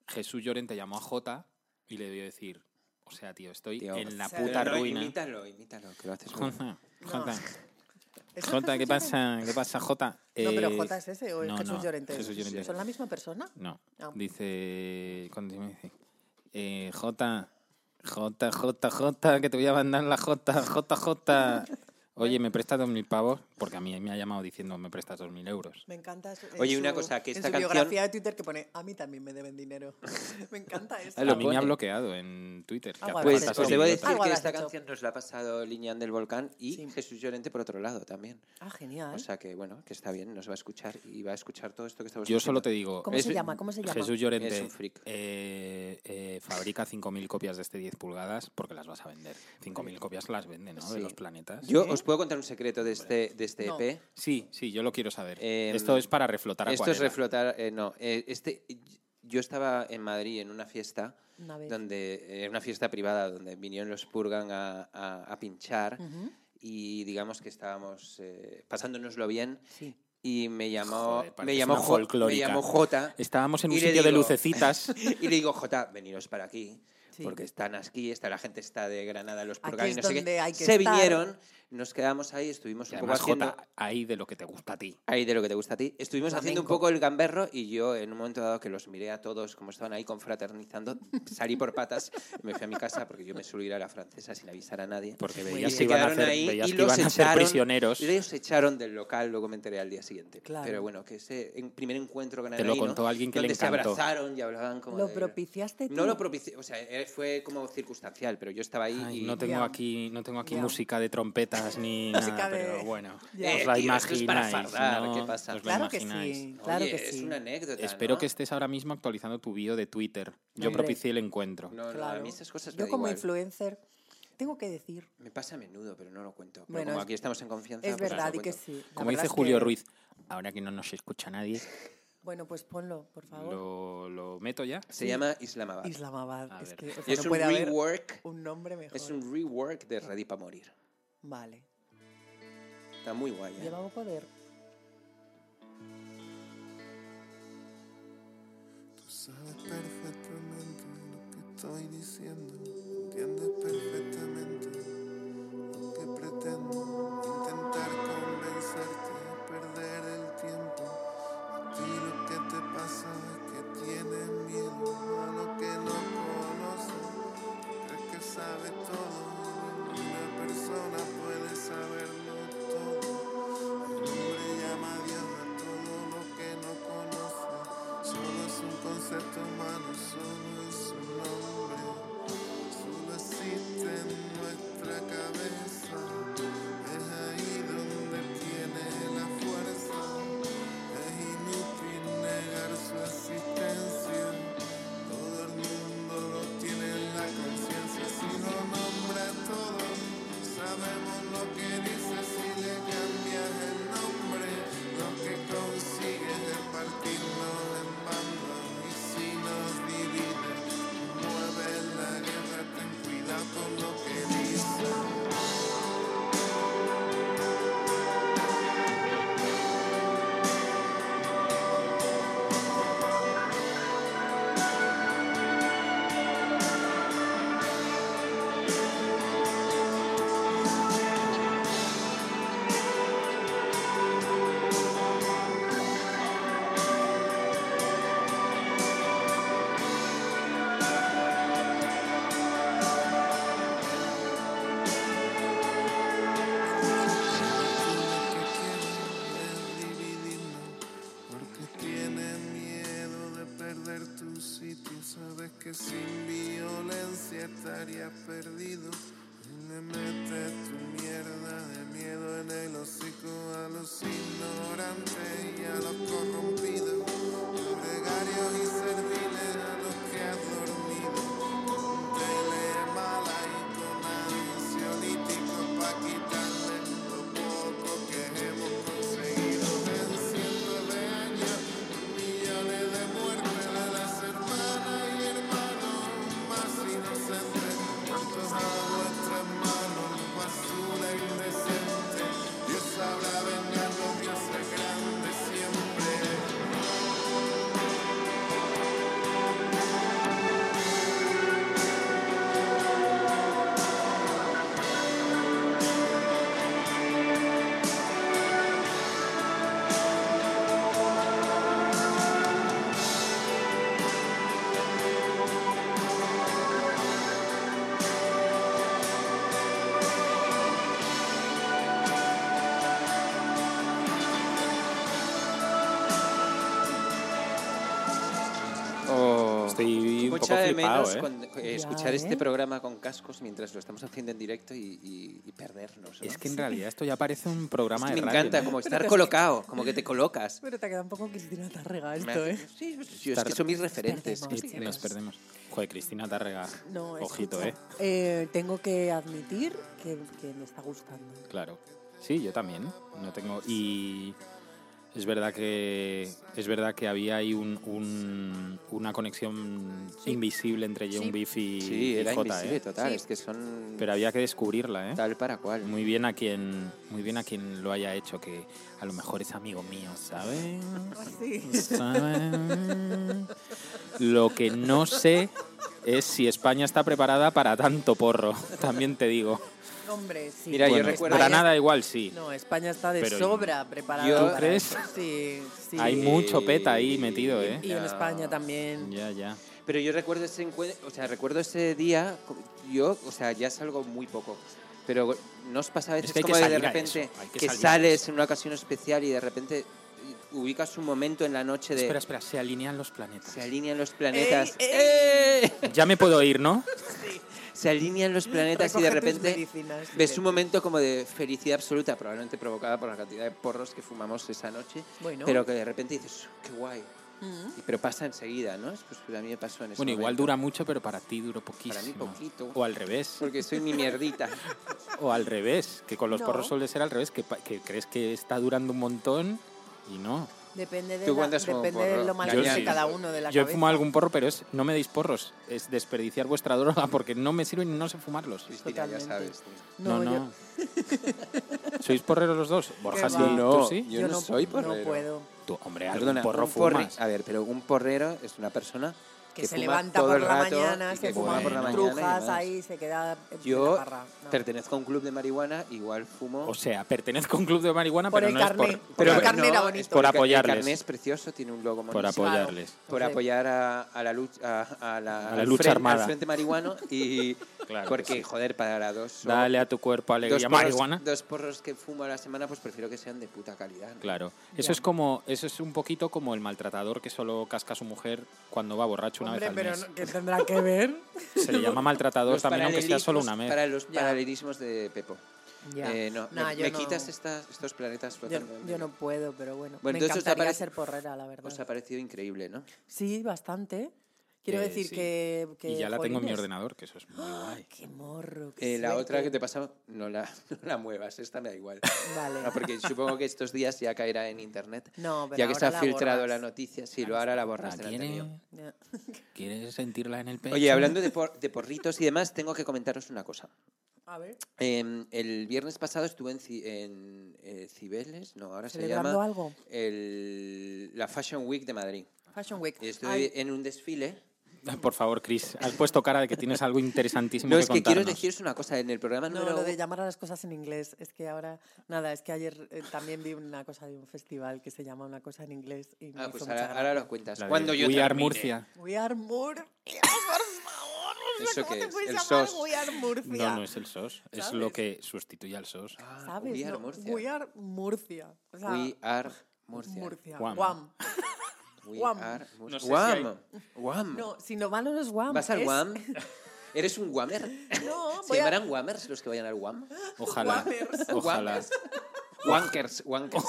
D: Jesús Llorente llamó a Jota y le debió decir, o sea, tío, estoy
B: Tío,
D: en la
C: Pero
D: puta
B: no,
D: ruina.
B: Imítalo, imítalo, que lo haces muy bien.
D: (laughs) Jota, Jota,
C: ¿Es el
D: Jota, ¿qué
C: Jesús
D: pasa? ¿Qué pasa, Jota?
C: No, pero
D: Eh,
C: J es ese o es
D: no,
C: Jesús
D: no,
C: Llorente.
D: Jesús Llorente.
C: ¿Son la misma persona?
D: No.
C: Ah.
D: Dice. ¿Cuándo me dice? Eh, J. J, J, J, que te voy a mandar la J, J, J. Oye, ¿me prestas dos mil pavos? Porque a mí me ha llamado diciendo, ¿me prestas dos mil euros?
C: Me encanta. eso.
B: Oye, una cosa, que
C: en
B: esta
C: su
B: canción-
C: biografía de Twitter que pone, a mí también me deben dinero. (laughs) me
B: (laughs)
C: encanta eso.
B: Ah, lo
D: a mí me ha
B: pone.
D: bloqueado en Twitter. que
C: Ah,
D: hace
C: guay,
B: Pues
D: falta
C: Fantástico.
B: os
D: ser
B: debo
D: idiota.
B: decir
C: Algo
B: que
C: habrás
B: esta
C: hecho.
B: canción nos la ha pasado Liñán del Volcán y
C: Sí.
B: Jesús Llorente por otro lado también.
C: Ah, genial.
B: O sea que bueno, que está bien, nos va a escuchar y va a escuchar todo esto que estamos
D: Yo solo te
B: diciendo.
D: digo.
C: pues, ¿Cómo se
B: es-
C: llama? ¿Cómo se llama?
D: Jesús Llorente
B: Es un freak.
D: eh, eh, fabrica 5.000 copias de este 10 pulgadas porque las vas a vender. 5.000 copias las venden, ¿no? De
B: Sí.
D: los planetas.
B: Yo os puedo contar un secreto de este, de este
C: No.
B: EP.
D: Sí, sí, yo lo quiero saber.
B: Em,
D: Esto es para reflotar a
B: Esto es reflotar. eh, no, eh, este, yo estaba en Madrid en una fiesta,
C: Una vez.
B: donde en una fiesta privada donde vinieron los Purgan a, a- a pinchar
C: Ujú.
B: y digamos que estábamos eh, pasándonoslo bien.
C: Sí.
B: Y me llamó,
D: Joder,
B: me
D: pareces
B: llamó,
D: una
B: Jo- me
D: folclórica.
B: llamó Jota.
D: Estábamos en
B: y
D: un
B: le
D: sitio de
B: digo-
D: lucecitas.
B: (laughs) y le digo, Jota, veniros para aquí,
C: Sí.
B: porque están aquí, está, la gente está de Granada, los
C: Aquí
B: Purgan y
C: es
B: no sé qué.
C: donde hay que
B: se
C: estar.
B: vinieron, Nos quedamos ahí, estuvimos
D: Y
B: un poco
D: además,
B: haciendo...
D: Jota, ahí de lo que te gusta a ti.
B: Ahí de lo que te gusta a ti. Estuvimos haciendo un
C: Flamenco.
B: poco el gamberro y yo, en un momento dado que los miré a todos como estaban
C: (laughs)
B: ahí confraternizando, salí por patas y me fui a mi casa porque yo me suelo ir a la francesa sin avisar a nadie.
D: Porque
B: Y
D: veías
B: se
D: que iban a
B: quedaron
D: hacer-
B: ahí
D: veías
B: y
D: que
B: los
D: iban a ser
B: echaron-
D: prisioneros.
B: Los echaron del local, luego me enteré al día siguiente.
C: Claro.
B: Pero bueno, que ese en- primer encuentro con
D: Te lo
B: Anaí, ¿no?
D: contó alguien que le
B: donde se
D: encantó.
B: abrazaron y hablaban como
C: ¿Lo
B: de-
C: propiciaste tú?
B: No lo propicié, o sea, eh, fue como circunstancial, pero yo estaba ahí
D: Ay,
B: y...
D: no tengo
C: Ya.
D: aquí, no tengo aquí
C: Ya.
D: música de trompetas
C: (laughs)
D: ni
C: Música
D: nada,
C: de-
D: pero bueno,
C: Ya.
D: os
B: Eh,
D: la
B: tío, esto es para
D: imagináis.
B: fardar,
D: ¿no?
B: ¿qué pasa?
D: Os la
C: Claro que
D: imagináis.
C: sí, claro
B: Oye,
C: que sí.
B: Es una anécdota,
D: Espero
B: ¿no?
D: que estés ahora mismo actualizando tu bio de Twitter. Yo
C: Hombre.
D: propicié el encuentro.
B: No, no, a
C: Claro.
B: mí esas cosas me
C: Yo
B: da
C: como
B: igual.
C: influencer tengo que decir,
B: Me pasa a menudo, pero no lo cuento. Pero
C: Bueno,
B: como
C: es-
B: aquí estamos en confianza.
C: es
B: pues
C: verdad
B: lo
C: y que
B: cuento.
C: sí. La
D: Como
C: verdad
D: dice
C: es
D: Julio
C: que-
D: Ruiz, ahora que no nos escucha nadie,
C: Bueno, pues ponlo, por favor.
D: lo, lo meto ya.
B: Se llama Islamabad.
C: Islamabad.
D: A
C: Es
D: ver.
C: que o sea,
B: Y es
C: no
B: un
C: puede haber
B: rework.
C: un nombre mejor.
B: Es un rework de Ready para Morir.
C: Vale.
B: Está muy guay. ¿eh?
C: Llevamos poder.
G: Tú sabes perfectamente lo que estoy diciendo, entiendes perfectamente lo que pretendo. Intentar convencerte, perder el tiempo. A ti lo que te pasa es que tienes miedo a lo que no conoces. Crees que sabes todo, ninguna persona puede saberlo todo. El hombre llama a Dios a todo lo que no conoce. Solo es un concepto humano, solo es un nombre. Solo existe en nuestra cabeza. Es ahí donde tiene la fuerza. Es inútil negar su existencia. Todo el mundo lo tiene en la conciencia. Si lo nombra todo, sabemos lo que dice. Si le cambias el nombre, lo que consigues es partirnos en bandos. Y si nos divides, mueve la guerra. Ten cuidado con lo que dices. Lo que quiere es dividirnos, porque tiene miedo de perder tu sitio. Sabes que sin violencia estarías perdido. Y Le metes tu mierda de miedo en el hocico a los ignorantes y a los corrompidos, precarios y serviles a los que has dormido. Tele mala y con ansiolíticos pa' quitarle lo poco que hemos conseguido en cientos de años, millones de muertes de las hermanas y hermanos más inocentes, puestos a nuestras manos, basura indecente, Dios sabrá vengarnos, Dios es grande siempre.
D: Oh, Estoy un poco
B: Mucha de
D: flipado,
B: menos
D: ¿eh?
B: con- eh,
C: Ya,
B: escuchar este
C: ¿eh?
B: programa con cascos mientras lo estamos haciendo en directo y, y- y perdernos. ¿no?
D: Es que en realidad esto ya parece un programa
B: me
D: de radio.
B: encanta,
D: ¿no?
B: como estar colocado, como que te colocas.
C: Pero te queda un poco Cristina Tarrega (laughs)
B: Me
C: esto,
B: hace-
C: ¿eh?
B: Sí, pues, sí, es que son mis referentes.
C: Perdemos.
D: Y nos perdemos. Joder, Cristina Tárrega.
C: No,
D: Ojito, ¿eh?
C: escucha, eh, Tengo que admitir que, que me está gustando.
D: Claro. Sí, yo también. No tengo. Y es verdad que es verdad que había ahí un, un- una conexión invisible entre John Beef y,
B: Sí,
D: y
B: era
D: Jota,
B: invisible,
D: ¿eh?
B: total. Es que son
D: Pero había que descubrirla, ¿eh?
B: tal para cual.
D: Muy bien a quien muy bien a quien lo haya hecho, que a lo mejor es amigo mío, ¿sabes? ¿Sabes? Lo que no sé es si España está preparada para tanto porro, (laughs) también te digo.
C: Hombre, sí.
B: Mira, yo
D: Bueno,
B: recuerdo-
D: Granada igual sí.
C: No, España está de
D: Pero y-
C: sobra preparada.
B: ¿Tú
C: para-
D: crees?
C: Sí, sí.
D: Hay mucho peta ahí metido, ¿eh?
C: Y en España también.
D: Ya, ya.
B: Pero yo recuerdo ese encuentro, o sea, recuerdo ese día, co- yo, o sea, ya salgo muy poco. Pero no os pasa a veces
D: que hay que
B: como de
D: salir a
B: repente
D: eso, hay que
B: que,
D: salir a
B: sales
D: eso.
B: en una ocasión especial y de repente y- ubicas un momento en la noche de
D: Espera, espera, se alinean los planetas.
B: se alinean los planetas, ¡Eh!
D: Ya me puedo ir,
B: (laughs)
D: ¿no?
B: se alinean los planetas y de
C: Recoge tus
B: repente
C: medicinas y
B: ves
C: vete.
B: un momento como de felicidad absoluta, probablemente provocada por la cantidad de porros que fumamos esa noche,
C: Bueno. Mm.
B: pero que de repente dices, qué guay. Y- Pero pasa enseguida, ¿no? Pues a mí me pasó en ese
D: Bueno, igual
B: momento.
D: dura mucho, pero para ti duró poquísimo.
B: poquito.
D: O al revés.
B: Porque soy mi mierdita.
D: O al revés. Que con los
C: No.
D: porros suele ser al revés. Que, pa- que crees que está durando un montón y no.
C: Depende de,
B: Tú
C: la-
B: cuentas como
C: depende de
B: porro.
C: lo mal
D: Yo
C: que esté
D: sí.
C: cada uno de la
D: Yo he
C: cabeza.
D: fumado algún porro, pero es, no me deis porros. Es desperdiciar vuestra droga (laughs) porque no me sirven y no sé fumarlos.
B: Cristina, ya
C: Totalmente.
B: sabes. tío.
D: No,
C: No,
D: no.
C: yo-
D: (laughs) ¿Sois porreros los dos? Borja,
C: va.
D: sí.
C: Yo
D: ¿Tú
B: no.
D: sí?
B: Yo no soy
C: No
B: porrero.
C: puedo.
D: Tú, hombre, algún
B: Perdona,
D: porro
B: un porri-
D: fumas.
B: A ver, pero un porrero es una persona
C: Que,
B: que,
C: se
B: fuma
C: levanta
B: todo
C: por
B: el
C: la
B: rato
C: mañana,
B: y
C: se
B: que
C: fuma
D: fuma por la mañana
B: y
C: trujas
B: demás.
C: ahí, se queda en la
B: Yo
C: parra. No.
B: pertenezco a un club de marihuana, igual fumo.
D: O sea, pertenezco a un club de marihuana,
C: Por
D: pero
C: el
D: no es
C: carné.
D: por,
C: Pero-
D: por-
C: el carné era
B: es
C: bonito.
D: Por
B: el ca-
D: apoyarles.
B: El carné es precioso, tiene un logo
D: por
B: monísimo.
D: apoyarles.
B: por
C: Sí.
B: apoyar a, a la lucha a, a la,
D: A la
B: al
D: lucha
B: fren-
D: armada.
B: al frente marihuano y
D: (laughs) Claro que
B: porque
D: sí.
B: joder para dos o-
D: Dale a tu cuerpo
B: dos
D: alegría
B: porros,
D: marihuana.
B: dos porros que fumo a la semana pues prefiero que sean de puta calidad ¿no?
D: Claro. Eso es como, eso es un poquito como el maltratador que solo casca a su mujer cuando va borracho una vez
C: Hombre,
D: al
C: pero
D: mes.
C: no- ¿qué tendrá que ver?
D: Se
C: (laughs)
D: le llama maltratador
B: Los
D: también, aunque sea solo una
B: paralelismos-
D: vez.
B: para los
C: Ya.
B: paralelismos de Pepo Eh, no,
C: Nah,
B: me,
C: yo
B: me
C: no-
B: quitas estas- estos planetas
C: Yo,
B: flotando.
C: yo no puedo, pero bueno.
B: Bueno,
C: me
B: entonces os
C: encantaría
B: aparece-
C: ser porrera, la verdad.
B: Os ha parecido increíble, ¿no?
C: sí, bastante. Quiero
D: Eh,
C: decir
D: sí.
C: que, que,
D: Y ya la tengo en mi
C: jolines,
D: ordenador, que eso
C: (gasps)
D: es muy guay.
C: Qué morro. qué
B: Eh, la otra que
C: suerte.
B: te pasa, no la, (laughs) no la muevas, esta me da igual.
C: Vale.
B: No, porque supongo que estos días ya caerá en internet.
C: (laughs) No, pero
B: ya que se ha
C: ahora la
B: filtrado
C: borras.
B: la noticia, si lo hará la borras
D: Ah,
B: delante
D: ¿quiere-
B: mío.
C: Ya. (laughs)
D: ¿Quieres sentirla en el pecho?
B: Oye, hablando de, por- de porritos y demás, tengo que comentaros una cosa.
C: A ver,
B: Eh, el viernes pasado estuve en, Ci- en, eh, Cibeles, no, ahora se
C: ¿Celebrando
B: llama
C: algo?
B: el- la Fashion Week de Madrid.
C: Fashion Week.
B: Y estuve
C: Ay,
B: en un desfile.
D: (laughs) Por favor, Chris, has puesto cara de que tienes algo interesantísimo
B: No,
D: que
B: es que quiero
D: contarnos.
B: deciros una cosa. En el programa
C: no,
B: número
C: lo de
B: uno-
C: llamar a las cosas en inglés. Es que ahora, nada, es que ayer eh, también vi una cosa de un festival que se llama una cosa en inglés y me
B: Ah,
C: hizo
B: pues
C: mucha
B: ahora,
C: gracia.
B: ahora lo cuentas.
D: La de
B: Cuando yo
D: We Are
B: termine.
D: Murcia.
C: We are Murcia, por favor. o sea,
B: ¿Eso
C: ¿Cómo Pues,
B: qué
C: te
B: es?
C: puedes
B: El
C: llamar
B: SOS.
C: We are Murcia?
D: No, no es el SOS. Es lo que sustituye al
C: (laughs)
D: SOS.
B: Ah,
C: ¿Sabes?
B: We are
C: No,
B: Murcia.
C: We are Murcia. O sea,
B: We are Murcia.
C: Murcia.
D: Guam.
C: Guam.
B: We
C: Guam.
B: are Mur-
D: No sé si
B: Guam.
D: hay-
B: Guam.
C: No, si no van no es Guam.
B: ¿Vas al
C: es- (laughs)
B: Guam? ¿Eres un Guamer?
C: No,
B: ¿Se
C: voy a-
B: llamarán Guamers los que vayan al Guam?
D: Ojalá.
C: Guamers.
D: Ojalá.
B: Guamers. Wankers. Wankers.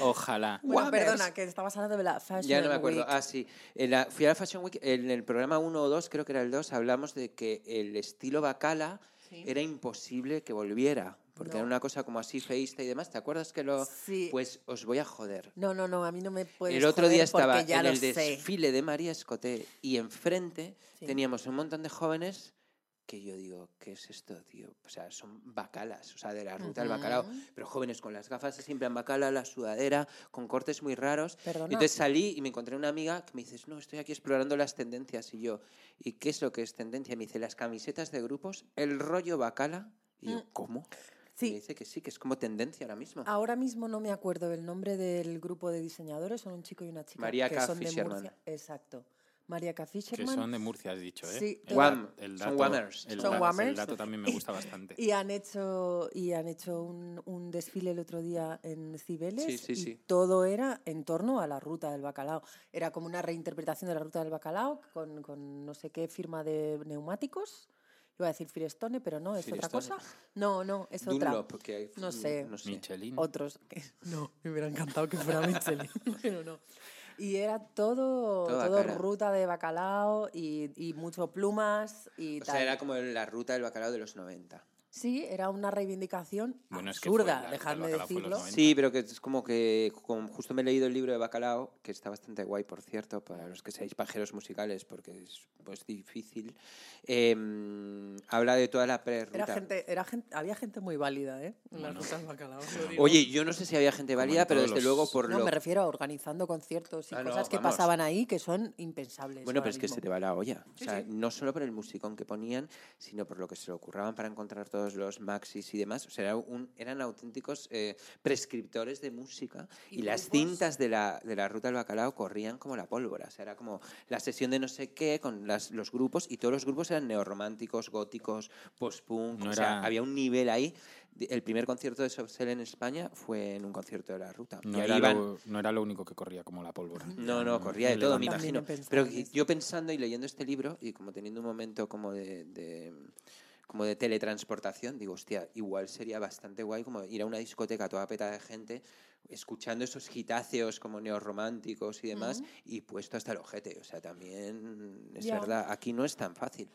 D: Ojalá.
C: Bueno,
B: Guamers.
C: perdona, que estabas hablando de la Fashion
B: Ya no me acuerdo.
C: Week.
B: Ah, sí. En la- fui a la Fashion Week. En el programa 1 o 2, creo que era el 2, hablamos de que el estilo bacala era imposible que volviera. Porque
C: No.
B: era una cosa como así feísta y demás. ¿Te acuerdas que lo.?
C: Sí.
B: Pues os voy a joder.
C: No, no, no, a mí no me puedes
B: el otro día
C: joder porque
B: estaba
C: ya
B: en
C: lo
B: el
C: sé.
B: desfile de María Escoté y enfrente
C: Sí.
B: teníamos un montón de jóvenes que yo digo, ¿qué es esto, tío? O sea, son bacalas, o sea, de la ruta al bacalao, pero jóvenes con las gafas siempre en bacala, la sudadera, con cortes muy raros.
C: Perdona.
B: Entonces salí y me encontré una amiga que me dice, no, estoy aquí explorando las tendencias y yo, ¿y qué es lo que es tendencia? Me dice, las camisetas de grupos, el rollo bacala. Y yo, ¿cómo? Y
C: Mm. Sí. Ah,
B: Me dice que sí, que es como tendencia ahora mismo.
C: Ahora mismo no me acuerdo el nombre del grupo de diseñadores, son un chico y una chica
B: María
C: que
B: K.
C: son de
B: Fisherman.
C: Murcia. Exacto. María K.
D: Que
C: Fisherman.
D: son de Murcia, has dicho, ¿eh?
C: Sí,
D: El
B: Guam.
D: da- el
B: Son
D: dato-
B: Guamers.
D: El,
C: Son
D: dato-
C: Guamers.
D: el dato también me gusta
C: (laughs)
D: bastante.
C: Y han hecho, y han hecho un, un desfile el otro día en Cibeles
B: Sí, sí,
C: y
B: sí.
C: todo era en torno a la ruta del bacalao. Era como una reinterpretación de la ruta del bacalao con, con no sé qué firma de neumáticos. Iba a decir Firestone, pero no, es otra
B: Firestone.
C: cosa. No, no, es otra.
B: Dunlop, que hay-
C: No sé.
B: No sé.
D: Michelin.
C: Otros. que- (laughs) No, me hubiera encantado que fuera Michelin, (laughs) pero no. Y era todo,
B: Todo
C: todo
B: bacalao.
C: ruta de bacalao y, y mucho plumas y
B: O
C: tal.
B: sea, era como la ruta del bacalao de los 90.
C: Sí, era una reivindicación
D: Bueno, es que fue la
C: absurda,
D: ruta del
C: dejadme
D: bacalao, fue los
C: decirlo.
D: 90.
B: Sí, pero que es como que como justo me he leído el libro de Bacalao, que está bastante guay, por cierto, para los que seáis pajeros musicales, porque es pues, difícil. eh, habla de toda la
C: Era
B: prerruta.
C: gente, era gente, había gente muy válida, ¿eh? En las rutas bacalao. os lo digo.
B: Oye, yo no sé si había gente válida, pero
D: todos
B: desde
D: los-
B: luego por
C: no
B: lo...
C: me refiero a organizando conciertos y
B: Ah, no,
C: cosas que
B: vamos.
C: pasaban ahí que son impensables.
B: Bueno,
C: ahora
B: pero es que se
C: mismo.
B: te va la olla. o sea,
C: sí.
B: no solo por el musicón que ponían, sino por lo que se le ocurraban para encontrar todos todos los maxis y demás, o sea, era un- eran auténticos eh, prescriptores de música y,
C: Y grupos.
B: las cintas de la, de la ruta del bacalao corrían como la pólvora, o sea, era como la sesión de no sé qué con las- los grupos y todos los grupos eran neorrománticos, góticos, post-punk,
D: No
B: o sea,
D: era-
B: había un nivel ahí. De- El primer concierto de Sobsel en España fue en un concierto de la ruta.
D: No
B: y ahí
D: era,
B: iban-
D: lo, no era lo único que corría como la pólvora.
B: no,
D: Em,
B: no, corría de
D: Le
B: todo, me
D: levanta.
C: También
B: imagino.
C: he pensado
B: Pero
C: en
B: que
C: eso.
B: yo pensando y leyendo este libro y como teniendo un momento como de, de- como de teletransportación, digo, hostia, igual sería bastante guay como ir a una discoteca toda peta de gente escuchando esos gitáceos como neorrománticos y demás y puesto hasta el ojete. O sea, también es
C: Ya.
B: verdad, aquí no es tan fácil.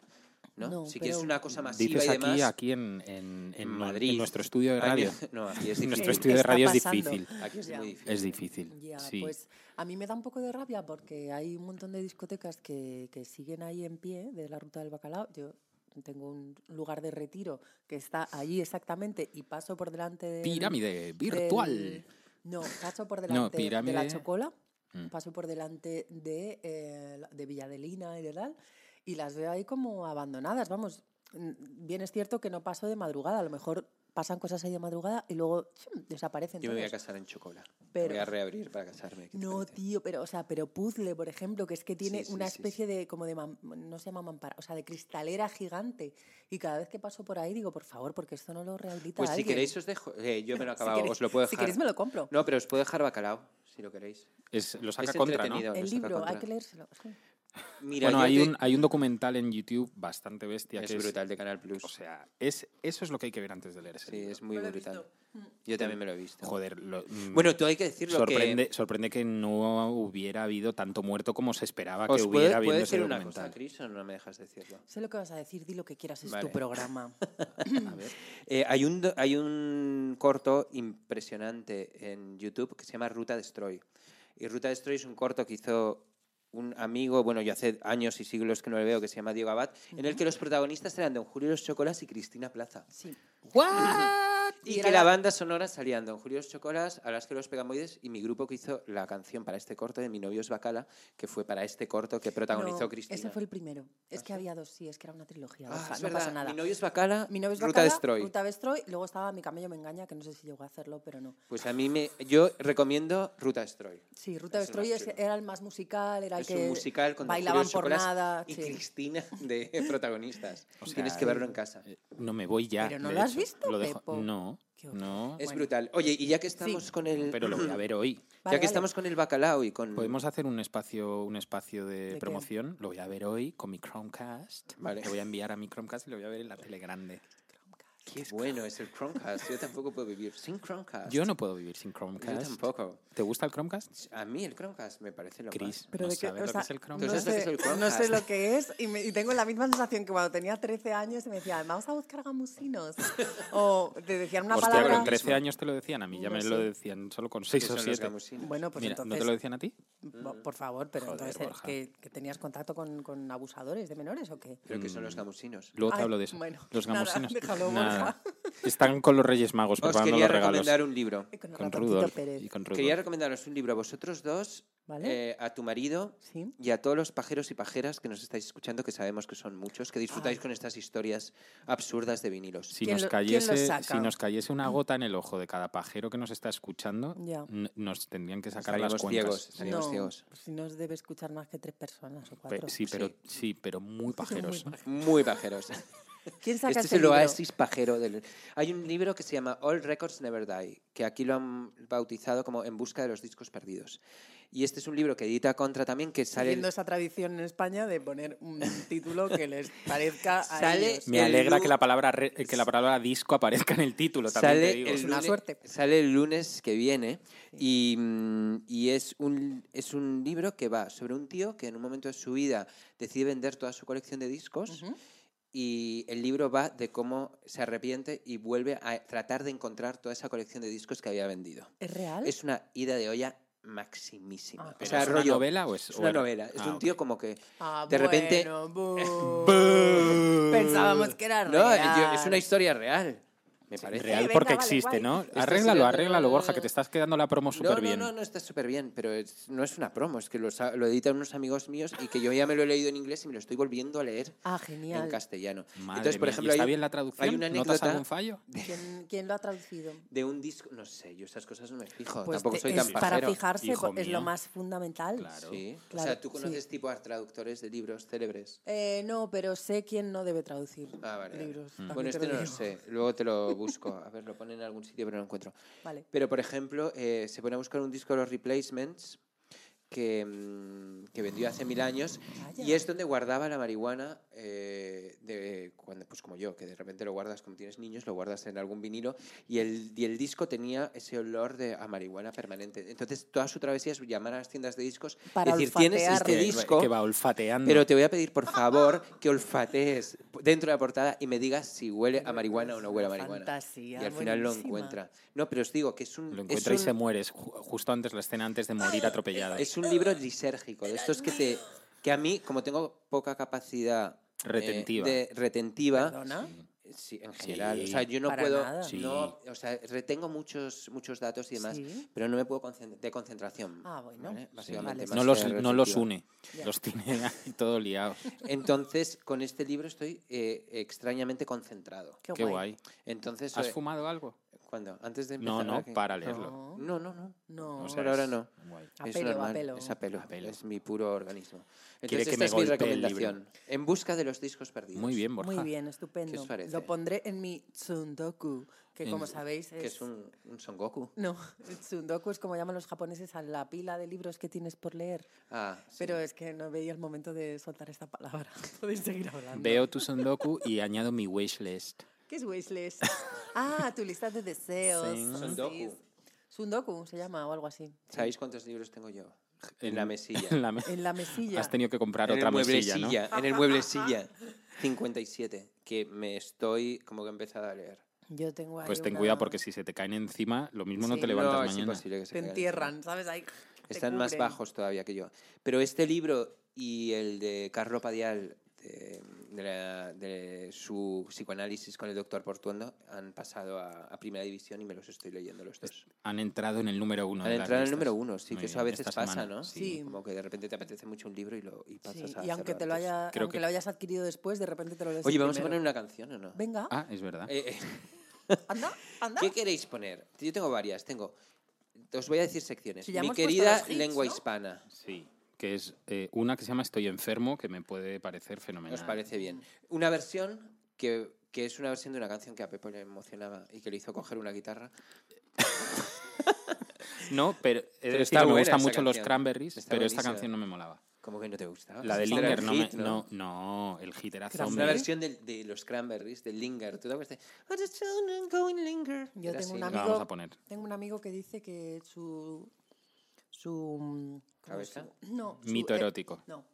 B: ¿no?
C: No,
B: si quieres
C: pero-
B: una cosa masiva
D: Dices
B: y demás...
D: aquí, aquí en, en- en-
B: Madrid.
D: en nuestro estudio de
B: Ay,
D: radio.
B: (laughs) No, aquí
D: (laughs)
B: es
D: En nuestro
B: difícil.
D: estudio de
C: Está
D: radio es
C: pasando.
D: difícil.
B: Aquí es
C: Ya.
B: muy difícil.
D: Es difícil.
C: Ya,
D: sí.
C: pues a mí me da un poco de rabia porque hay un montón de discotecas que, que siguen ahí en pie de la ruta del bacalao. Yo tengo un lugar de retiro que está allí exactamente y paso por delante de.
D: Pirámide virtual.
C: no, paso por delante de
D: pirámide.
C: la chocola,
D: Mm.
C: paso por delante de, eh, la- de Villadelina y de tal, y las veo ahí como abandonadas. Vamos, mm, bien es cierto que no paso de madrugada, a lo mejor pasan cosas ahí de madrugada y luego chum, desaparecen.
B: Yo me voy a
C: todas.
B: casar en chocolate.
C: Pero-
B: Voy a reabrir para casarme. ¿qué te
C: No,
B: parece?
C: tío, pero, o sea, pero puzzle, por ejemplo, que es que tiene
B: Sí, sí,
C: una
B: sí,
C: especie de, como de, mam- no se llama mampara, o sea, de cristalera gigante. Y cada vez que paso por ahí digo, por favor, porque esto no lo rehabilita
B: Pues si
C: alguien.
B: queréis os dejo. eh, yo me lo
C: (laughs) Si
B: he acabado,
C: queréis-
B: os lo puedo dejar.
C: Si queréis me lo compro.
B: No, pero os puedo dejar bacalao, si lo queréis.
D: Es- lo saca
B: es
D: contra, ¿no?
B: entretenido. lo
C: El
B: saca
C: libro, hay
B: contra.
C: que leérselo. sí.
B: Mira,
D: Bueno,
B: yo
D: hay
B: te-
D: un, hay un documental en YouTube bastante bestia
B: Es
D: que es-
B: brutal de Canal Plus.
D: O sea, es, eso es lo que hay que ver antes de leer ese
B: sí,
D: libro.
B: es muy
C: No lo he
B: brutal. Mm. Yo también me lo he visto.
D: Joder, lo- mm,
B: Bueno, tú hay que decirlo
D: sorprende,
B: que...
D: sorprende que no hubiera habido tanto muerto como se esperaba que
B: Os puede,
D: hubiera
B: puede
D: viendo ese
B: decir una cosa,
D: documental.
B: Cris, o no me dejas decirlo.
C: Sé lo que vas a decir, di lo que quieras, es
B: Vale.
C: tu
B: (laughs)
C: programa.
B: A ver. Eh, hay, un, do- hay un corto impresionante en YouTube que se llama Ruta Destroy. Y Ruta Destroy es un corto que hizo un amigo, bueno, yo hace años y siglos que no le veo, que se llama Diego Abad, en el que los protagonistas eran Don Julio Los Chocolas y Cristina Plaza.
C: Sí.
B: Y,
C: Y era
B: que
C: la-
B: la banda sonora salían Don Julio Los Chocolas, Alasco y los Pegamoides y mi grupo que hizo la canción para este corto de Mi novio es Bacala, que fue para este corto que protagonizó
C: No,
B: Cristina.
C: Ese fue el primero. Es que había dos, sí, es que era una trilogía.
B: Ah,
C: baja,
B: es
C: no
B: verdad,
C: pasa nada.
B: Mi novio es Bacala,
C: Mi novio es
B: Ruta
C: Bacala,
B: Destroy.
C: Ruta Destroy, luego estaba Mi camello me engaña, que no sé si llegó a hacerlo, pero no.
B: Pues a mí me, yo recomiendo Ruta Destroy.
C: Sí, Ruta
B: Es el más
C: Destroy es-
B: chulo.
C: era el más musical, era el
B: es
C: que
B: un musical con Don
C: bailaban
B: Julio
C: por
B: Los Chocolas
C: nada.
B: y
C: sí.
B: Cristina
C: (laughs)
B: de protagonistas.
D: O sea,
B: Tienes que verlo en casa.
D: Eh, No me voy ya.
C: Pero no
D: de
C: lo has
D: hecho.
C: visto,
D: Lo dejo-
C: Pepo.
D: No,
C: Qué horror.
D: no,
B: es
C: Ah, bueno.
B: brutal. Oye, y ya que estamos
C: Sí.
B: con el
D: pero lo voy a ver hoy.
B: ya
C: Vale,
B: que
C: vale.
B: estamos con el bacalao y con
D: Podemos hacer un espacio, un espacio de,
C: qué?
D: promoción. Lo voy a ver hoy con mi Chromecast.
B: Vale.
D: Lo voy a enviar a mi Chromecast y lo voy a ver en la tele grande.
B: Qué bueno es el Chromecast. Yo tampoco puedo vivir sin Chromecast.
D: Yo no puedo vivir sin
B: Yo
D: Chromecast.
B: tampoco.
D: ¿Te gusta el Chromecast?
B: A mí el Chromecast me parece lo
D: Chris,
B: más.
C: Pero
D: ¿no
C: de que,
D: sabes
C: o
D: lo
C: sea,
D: que es el
C: no,
D: Chromecast?
B: ¿Tú sabes lo que es
C: sé,
B: el Chromecast?
C: no sé lo que es y, me- y tengo la misma sensación que cuando tenía 13 años y me decían, vamos a buscar
B: (laughs)
C: gamusinos. o te decían una
D: Hostia,
C: palabra.
D: con 13 años te lo decían, a mí ya
C: No
D: me lo
C: sé.
D: decían solo con
B: ¿Qué
D: 6 o
B: son los
D: 7.
B: gamusinos?
C: Bueno, pues
D: Mira, ¿no
C: entonces,
D: te lo decían a ti?
C: bo- por favor, pero
D: Joder,
C: entonces eh,
D: Borja.
C: ¿que, que tenías contacto con, con abusadores de menores o qué?
B: Pero que son
D: Mm.
B: los gamusinos.
D: Luego te
C: Ay,
D: hablo de eso.
C: bueno,
D: los
C: nada,
D: gamusinos.
C: déjalo,
D: Nada.
C: Borja.
D: Están con los Reyes Magos
B: Os
D: preparando
B: quería
D: los regalos.
B: recomendar un libro.
C: Y el
D: Con
C: ratoncito
D: Rudolf.
C: Pérez.
D: Y con Rudolf.
B: Quería recomendaros un libro a vosotros dos,
C: Vale.
B: eh, a tu marido
C: Sí.
B: y a todos los pajeros y pajeras que nos estáis escuchando, que sabemos que son muchos, que disfrutáis
C: Ay.
B: con estas historias absurdas de vinilos.
D: si
C: ¿Quién
D: nos,
C: lo- quién lo
D: cayese,
C: saca?
D: si nos cayese una gota en el ojo de cada pajero que nos está escuchando,
C: Ya.
D: n- nos tendrían que sacar
B: Estaríamos
D: las cuentas.
B: ciegos,
C: no,
B: estaríamos
C: pues
B: ciegos.
C: si no os debe escuchar más que tres personas o
D: Pe-
C: cuatro.
D: sí, pero, sí. pero muy pajeros.
B: Muy pajeros.
C: (laughs) ¿Quién saca
B: Este es
C: este
B: el
C: libro?
B: oasis pajero. Del... Hay un libro que se llama All Records Never Die, que aquí lo han bautizado como En busca de los discos perdidos. Y este es un libro que edita Contra también, que sale...
C: Siguiendo esa tradición en España de poner
D: (laughs)
C: un título que les parezca a
B: Sale-
C: ellos.
D: Me
B: El
D: alegra
B: lu-
D: que la palabra re- que la palabra disco aparezca en el título. También te digo.
B: el
C: Es una
B: lunes-
C: suerte. pues.
B: Sale el lunes que viene y, mm, y es, un, es un libro que va sobre un tío que en un momento de su vida decide vender toda su colección de discos y el libro va de cómo se arrepiente y vuelve a tratar de encontrar toda esa colección de discos que había vendido.
C: ¿Es real?
B: Es una ida de olla maximísima.
C: Ah.
B: o
D: ¿Pero
B: sea,
D: ¿Es una
B: rollo-
D: novela o es,
B: Es
D: o
B: una
D: era-
B: novela. Es
D: Ah,
B: un
D: ok.
B: tío como que
C: Ah,
B: de
D: (laughs)
B: repente...
C: bueno, bu. Pensábamos que era
B: No,
C: Ah, real.
B: yo- es una historia real. me parece.
D: Real
C: venga,
D: porque
C: vale,
D: existe,
C: guay.
D: ¿no?
B: Está
D: Arréglalo,
B: siendo-
D: arréglalo, Borja, que te estás quedando la promo súper
B: no,
D: bien.
B: No, no, no está súper bien, pero es- no es una promo, es que los ha- lo editan unos amigos míos y que yo ya me lo he leído en inglés y me lo estoy volviendo a leer
C: Ah, genial.
B: en castellano.
D: Madre
B: Entonces, por
D: mía, ¿y
B: ejemplo,
D: ¿está
B: hay,
D: bien la
B: hay
D: traducción?
B: una
D: ¿Notas
B: anécdota
D: algún fallo?
C: ¿Quién, quién lo ha traducido?
B: de un disco, no sé, yo esas cosas no me fijo,
C: Pues
B: tampoco
C: te-
B: soy
C: es
B: tan
C: para
B: pajero.
C: fijarse
D: hijo
C: por- es lo
D: mío.
C: más fundamental.
D: Claro.
B: Sí. o
C: Claro,
B: sea, tú
C: sí.
B: conoces tipo a traductores de libros célebres.
C: Eh, no, pero sé quién no debe traducir
B: Ah, vale. vale.
C: libros. también
B: Bueno,
C: te
B: este no lo
C: digo.
B: sé, luego
C: (laughs)
B: te lo busco. A ver, lo ponen en algún sitio, pero no lo encuentro.
C: Vale.
B: Pero, por ejemplo, eh, se pone a buscar un disco de los Replacements que, mm, que vendió hace mil años
C: Vaya.
B: y es donde guardaba la marihuana, eh, de cuando, pues como yo, que de repente lo guardas, como tienes niños, lo guardas en algún vinilo y el, y el disco tenía ese olor de, a marihuana permanente. Entonces, toda su travesía es llamar a las tiendas de discos
C: Para
B: decir, tienes
C: olfatear.
B: este
D: Que-
B: disco,
D: Que va olfateando.
B: pero te voy a pedir, por favor, que olfatees dentro de la portada y me digas si huele a marihuana o no huele a marihuana.
C: Fantasía,
B: y al final
C: buenísima.
B: lo encuentra. No, pero os digo que es un,
D: Lo
B: es
D: encuentra y
B: un-
D: se muere, es ju- justo antes la escena antes de morir atropellada.
B: es un libro lisérgico, de estos que, te, que a mí, como tengo poca capacidad eh,
D: Retentiva.
B: de retentiva, eh,
C: ¿Perdona?
B: Sí, en general. O sea,
D: Sí.
B: yo no
C: Para
B: puedo.
C: nada.
D: Sí.
B: no, o sea, retengo muchos, muchos datos y demás,
C: Sí.
B: pero no me puedo concentrar de concentración.
C: Ah, bueno.
B: ¿vale?
C: Sí.
B: Básicamente,
C: Vale,
B: más
D: no,
B: que
D: los, no los
B: retentiva.
D: une,
C: Ya.
D: los tiene ahí todo
B: (laughs)
D: liados.
B: Entonces, con este libro estoy eh, extrañamente concentrado.
C: Qué,
D: Qué
C: guay.
D: guay.
B: Entonces,
D: ¿Has
B: eh,
D: fumado algo?
B: ¿cuándo? Antes de
D: No,
B: empezar
D: no,
B: aquí?
D: para leerlo.
B: No, no, no.
C: No.
D: O
B: por ahora
D: es
B: no.
D: guay.
B: es
C: Apelo,
B: normal,
C: apelo.
B: es apelo,
D: Apelo.
B: es mi puro organismo.
D: Quiere
B: Entonces,
D: que
B: esta
D: me
B: es mi
D: golpee el libro.
B: recomendación. En busca de los discos perdidos.
D: Muy bien, Borja.
C: Muy bien, estupendo.
B: ¿Qué os parece?
C: Lo pondré en mi tsundoku, que
D: En-
C: como sabéis es...
B: Que es un, un Son Goku.
C: No, (laughs) el tsundoku es como llaman los japoneses a la pila de libros que tienes por leer.
B: Ah, sí.
C: Pero eh, es que no veía el momento de soltar esta palabra. (laughs) Podéis seguir hablando.
D: Veo tu Sondoku y añado mi wishlist.
C: ¿Qué es wishlist? (laughs) ah, tu lista de deseos.
D: Sí.
B: Sundoku.
C: Sundoku se llama o algo así.
B: ¿Sabéis cuántos libros tengo yo? En la mesilla.
D: (laughs) En la me-
C: En la mesilla.
D: Has tenido que comprar
B: en
D: otra
B: el
D: mesilla, ¿no?
B: mueblecilla, En el mueblecilla. 57. Que me estoy como que he empezado a leer.
C: Yo tengo ahí
D: Pues ten
C: una-
D: cuidado porque si se te caen encima, lo mismo no
C: Sí.
D: te
B: no,
D: levantas
B: es
D: mañana.
B: imposible que se
C: Te
B: caiga.
C: entierran, ¿sabes? Ahí te
B: Están más
C: cubren.
B: bajos todavía que yo. Pero este libro y el de Carlo Padial, de, de la- de su psicoanálisis con el doctor Portuondo, han pasado a, a primera división y me los estoy leyendo
D: Pues,
B: los dos.
D: Han entrado en el número uno.
B: Han
D: de las
B: entrado en el
D: listas.
B: número uno, sí,
D: Muy
B: que eso
D: bien,
B: a veces
D: esta
B: pasa,
D: semana,
B: ¿no?
C: Sí.
B: Como que de repente te apetece mucho un libro y, lo, y pasas
C: Sí,
B: a
C: y aunque
B: hacerlo
C: te lo
B: antes.
C: haya,
D: Creo
C: aunque
D: que-
C: lo hayas adquirido después, de repente te lo lees.
B: Oye,
C: el
B: ¿vamos a
C: primero.
B: poner una canción o no?
C: Venga,
D: Ah, es verdad.
B: Eh, eh,
C: anda, anda.
B: ¿Qué queréis poner? Yo tengo varias, tengo... Os voy a decir secciones.
C: Si ya
B: Mi
C: hemos puesto
B: querida
C: los hits,
B: lengua
C: ¿no?
B: hispana.
D: Sí. Que es eh, una que se llama Estoy enfermo, que me puede parecer fenomenal.
B: Nos parece bien. Una versión que, que es una versión de una canción que a Pepe le emocionaba y que le hizo coger una guitarra.
D: No, pero, eh,
B: Pero
D: esta-
B: está
D: me
B: buena
D: gustan
B: esa
D: mucho los
B: canción.
D: cranberries,
B: Está
D: pero esta
B: buenísima.
D: canción no me molaba.
B: Como que no te gustaba.
D: La de
B: Esta era
D: Linger
B: el
D: no,
B: hit,
D: me, no, no, el hit era
B: Es
C: Cranberry.
B: una
D: zombie.
B: versión del- de, los Cranberries, de Linger. ¿Tú te acuerdas de I just don't go in Linger?
C: Yo
B: Era
C: tengo
B: así,
C: una
B: ¿no?
D: La
C: amiga-
D: vamos
C: Amigo-
D: a poner.
C: Tengo un amigo que dice que su. su mm, ¿cómo es?
B: ¿Cabeza?
C: No. su-
D: Mito
C: eh,
D: erótico.
C: no.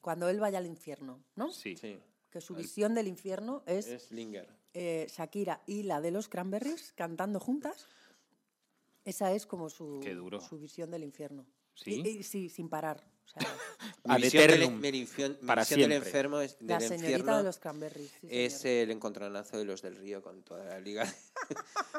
C: Cuando él vaya al infierno, ¿no?
D: Sí.
B: Sí,
C: Que su visión del infierno es
B: es Linger.
C: eh, Shakira y la de los Cranberries cantando juntas. Esa es como su,
D: Qué duro.
C: su visión del infierno.
D: ¿Sí?
C: Y- y- sí, sin parar. o sea,
B: Mi
D: Ad
B: visión, del,
D: eternum.
B: mi visión- mi
D: Para
B: visión del
D: siempre.
B: enfermo es, del
C: la señorita
B: infierno
C: de los Cranberries. sí,
B: es eh,
C: señor.
B: el encontronazo de los del río con toda la liga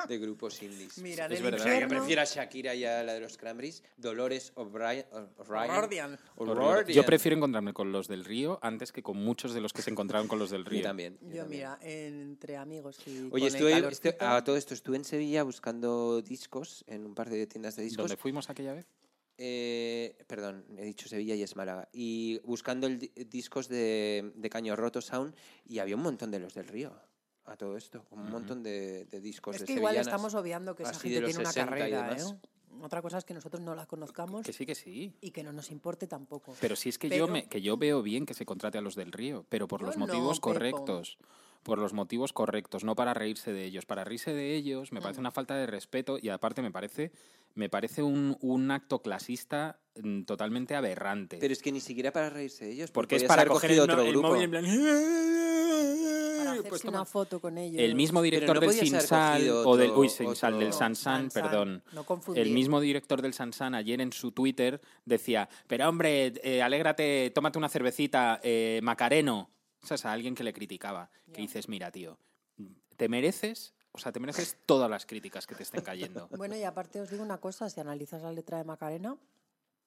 B: de grupos indies.
C: Mira,
D: es
C: del
D: verdad, yo
B: Yo
C: infierno.
B: prefiero a Shakira y a la de los Cranberries. Dolores O'Brien. O'Brien.
C: O'Riordan.
B: O'Riordan.
D: Yo prefiero encontrarme con los del río antes que con muchos de los que se encontraron con los
B: (laughs)
D: del río.
B: Yo también. yo
C: Yo,
B: también.
C: mira, entre amigos y. con
B: Oye,
C: el
B: estuve,
C: calorcito-
B: estu-
D: ah,
B: a todo esto estuve en Sevilla buscando discos en un par de tiendas de discos.
D: ¿Dónde fuimos aquella vez?
B: Eh, perdón, he dicho Sevilla y es Málaga. Y buscando el di- discos de, de Caño Roto Sound y había un montón de los del río. A todo esto, un montón de, de
D: pues
B: discos
C: Es
B: de
C: que igual
B: sevillanas.
C: estamos obviando que esa
B: así
C: gente
B: de los
C: tiene una
B: 60 y
C: carrera,
B: demás.
C: ¿eh? Otra cosa es que nosotros no la conozcamos
D: Que sí, que sí.
C: y que no nos importe tampoco.
D: Pero si es que,
C: Pero-
D: yo, me, que yo veo bien que se contrate a los del río, pero por
C: Yo
D: los
C: no,
D: motivos
C: Pepo.
D: correctos. Por los motivos correctos, no para reírse de ellos. Para reírse de ellos me parece una falta de respeto y aparte me parece, me parece un, un acto clasista mm, totalmente aberrante.
B: Pero es que ni siquiera para reírse de ellos.
D: porque es
B: podías
D: Pues para
B: haber
D: coger el,
B: cogido
D: no-
B: otro
D: el
B: grupo.
D: móvil en plan...
C: Para
D: "Eh,
C: hacerse
D: pues
C: una
D: toma".
C: foto con ellos.
D: El mismo director
B: no
D: del
B: podías haber
D: Sinsal
B: cogido
D: o del
B: otro-
D: uy, Sinsal,
B: otro-
D: del Sansan,
C: Sansan,
D: perdón.
C: no confundir.
D: el mismo director del Sansan ayer en su Twitter decía, "Pero hombre, eh, alégrate, tómate una cervecita, eh, Macareno." O sea, es a alguien que le criticaba, que dices, "Mira, tío, te mereces O sea, te (laughs) mereces todas las críticas que (laughs) te estén cayendo.
C: Bueno, y aparte os digo una cosa, si analizas la letra de Macarena,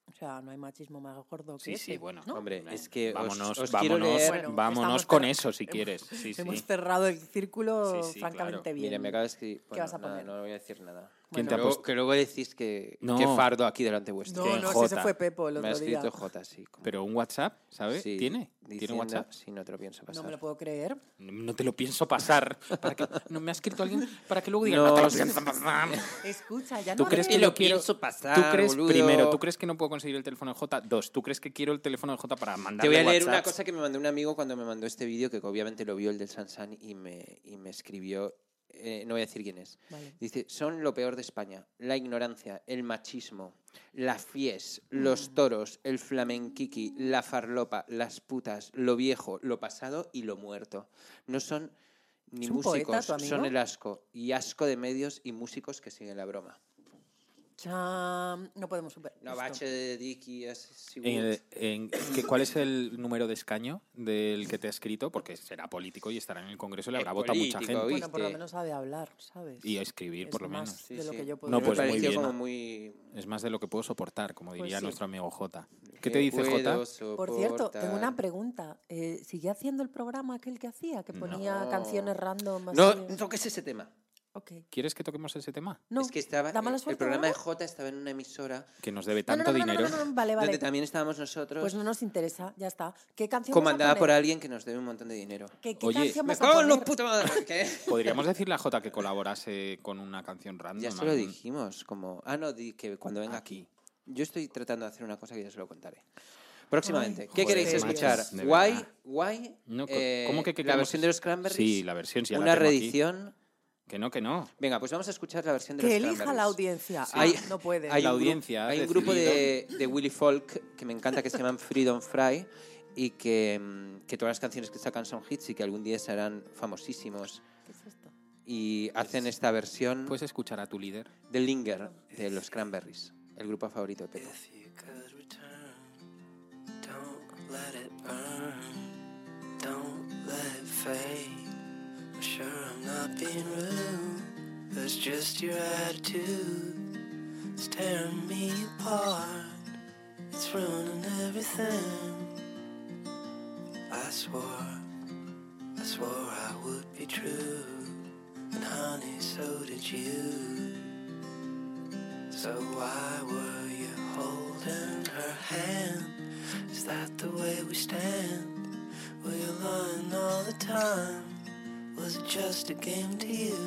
C: o sea, no hay machismo más gordo que
D: Sí, sí,
C: ese, (laughs)
D: bueno.
C: ¿no?
B: Hombre, es que os-
D: vámonos,
B: os quiero
D: vámonos,
B: leer-
C: Bueno,
D: vámonos
C: estamos
D: con
C: cerra-
D: eso si
C: hemos-
D: quieres. Sí, sí.
C: Hemos cerrado el círculo
D: Sí, sí,
C: francamente
D: claro.
C: bien.
B: Mira, me acaba de escribir. Bueno,
C: vas a
B: nada,
C: poner?
B: no voy a decir nada.
D: ¿Quién te
B: que,
D: ha
B: luego,
D: puesto?
B: que luego decís que,
D: No.
B: que fardo aquí delante vuestro.
C: no,
D: en
C: no, si ese
D: Jota.
C: fue Pepo el
B: me ha
C: otro
B: escrito
C: día.
B: J, sí. como-
D: Pero un WhatsApp, ¿sabes?
B: sí,
D: ¿Tiene? ¿Tiene
B: diciendo-
D: WhatsApp?
B: Sí, no te lo pienso pasar.
C: No me lo puedo creer.
D: No te lo pienso pasar. Para que, no me ha escrito alguien para que luego diga.
B: No,
D: "No te lo
B: sí.
D: pienso pasar".
C: Escucha, ya
D: ¿Tú
C: no
D: crees
C: hables.
D: que
B: lo
D: yo quiero
B: pienso pasar,
D: ¿Tú crees
B: boludo.
D: primero? ¿Tú crees que no puedo conseguir el teléfono de J? Dos. ¿Tú crees que quiero el teléfono de J para mandarle
B: Te voy a leer una
D: WhatsApps?
B: cosa que me mandó un amigo cuando me mandó este vídeo, que obviamente lo vio el del Sansan y me, y me escribió, eh, no voy a decir quién es.
C: Vale.
B: Dice, son lo peor de España, la ignorancia, el machismo, la fies,
C: Mm.
B: los toros, el flamenquiqui, la farlopa, las putas, lo viejo, lo pasado y lo muerto. No son ni
C: ¿Es un poeta,
B: músicos,
C: tu amigo?
B: son el asco, y asco de medios y músicos que siguen la broma.
C: Cham, no podemos superar.
B: No,
C: esto.
B: bache de Dicky, es
D: Eh, en- ¿qué- ¿Cuál es el número de escaño del que te ha escrito? Porque será político y estará en el Congreso y le
B: Es
D: habrá votado mucha
B: político,
D: gente.
C: Bueno, por lo
B: ¿viste?
C: menos sabe hablar, ¿sabes?
D: Y a escribir,
C: Es
D: por lo
C: más
D: menos.
C: de lo que yo puedo
D: No, pues
B: me
D: muy
B: pareció
D: bien.
B: como muy...
D: Es más de lo que puedo soportar, como diría
C: sí.
D: nuestro amigo J. ¿Qué
B: Pues que
D: te dice
B: puedo
D: J?
C: Por cierto,
B: soportar.
C: tengo una pregunta. Eh, ¿Sigue haciendo el programa aquel que hacía, que ponía
B: No.
C: canciones random? así
B: No,
C: de-
B: no toques ese tema.
C: Ok.
D: ¿Quieres que toquemos ese tema?
C: No,
B: es que estaba
C: da mala
B: el
C: suerte,
B: programa de
C: ¿no?
B: Jota estaba en una emisora
D: Que nos debe
C: No, no,
D: tanto
C: no, no, no,
D: dinero.
C: no, no, Vale, vale.
B: donde también estábamos nosotros
C: Pues no nos interesa, ya está. ¿Qué canción
B: comandada
C: vas a
B: por
C: poner?
B: alguien que nos debe un montón de dinero.
C: ¿Qué, qué
D: Oye,
C: canción
B: Me
C: vas a
B: cago en los
C: poner?
B: putos
C: (laughs)
B: madres, ¿qué?
D: Podríamos decirle a J que colaborase con una canción random.
B: Ya se lo
D: algún-
B: dijimos, como ah no, di que cuando venga
D: Aquí.
B: aquí. Yo estoy tratando de hacer una cosa que ya se lo contaré. Próximamente, ¿qué
D: joder,
B: queréis
D: macho,
B: escuchar?
D: de
B: Guay,
D: verdad.
B: guay.
D: No, co-
B: eh,
D: ¿Cómo que, que
B: la
D: queremos-
B: versión de los Cranberries?
D: Sí, la versión. sí, ya la
B: una
D: tengo aquí.
B: reedición.
D: Que no, que no.
B: Venga, pues vamos a escuchar la versión de
C: Que
B: los
C: elija la
B: Cranberries.
C: audiencia. Ah,
B: Hay-
C: no puede.
B: hay
D: La
B: un gru-
D: audiencia ¿eh? ha
B: Hay un grupo de, de Willy Folk que me encanta que se llaman Freedom Fry y que, mm, que todas las canciones que sacan son hits y que algún día serán famosísimos.
C: ¿Qué es esto?
B: Y hacen
D: Pues,
B: esta versión
D: Puedes escuchar a tu líder.
B: de Linger de los Cranberries, el grupo favorito de Pepo.
G: If you could return, don't let it burn, don't let it fade. I'm sure I'm not being rude, that's just your attitude. It's tearing me apart, it's ruining everything. I swore, I swore I would be true, and honey, so did you. So why were you holding her hand? Is that the way we stand? Were you lying all the time? Was it just a game to you?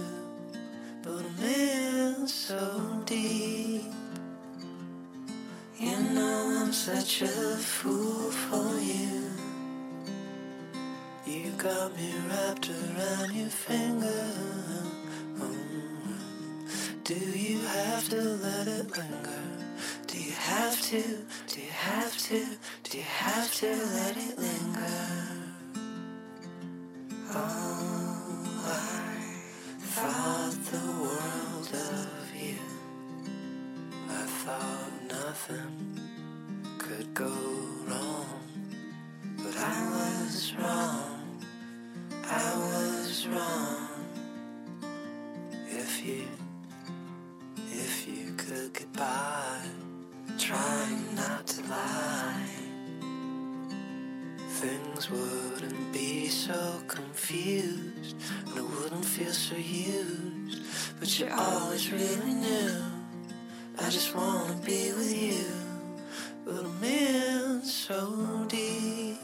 G: But a man so deep. You know I'm such a fool for you. You got me wrapped around your finger. Mm. Do you have to let it linger? Do you have to? Do you have to? Do you have to let it linger? Oh, I thought the world of you. I thought nothing could go wrong. But I was wrong. I was wrong. If you if you could goodbye, trying not to lie, things wouldn't be so confused, and I wouldn't feel so used. But you always really knew I just wanna be with you, but I'm in so deep.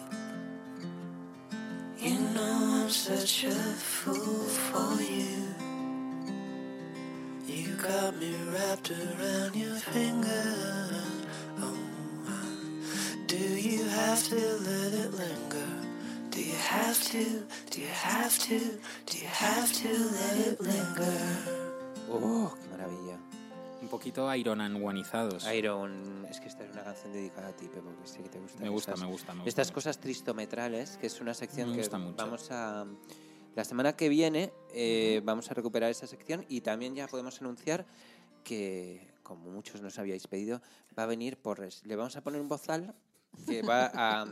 G: You know I'm such a fool for you. You got me wrapped around your finger. Oh, do you have to let it linger? Do you have to? Do you have to? Do you have to let it linger?
B: ¡Oh, qué maravilla!
D: Un poquito Iron and Guanizados.
B: Iron, es que esta es una canción dedicada a ti, Pepo, que sé que te gustan
D: Me gusta,
B: estas-
D: me gusta, me gusta.
B: Estas cosas tristometrales, que es una sección
D: Me
B: que
D: gusta mucho.
B: vamos a... La semana que viene eh, vamos a recuperar esa sección y también ya podemos anunciar que, como muchos nos habíais pedido, va a venir por... Le vamos a poner un bozal que va a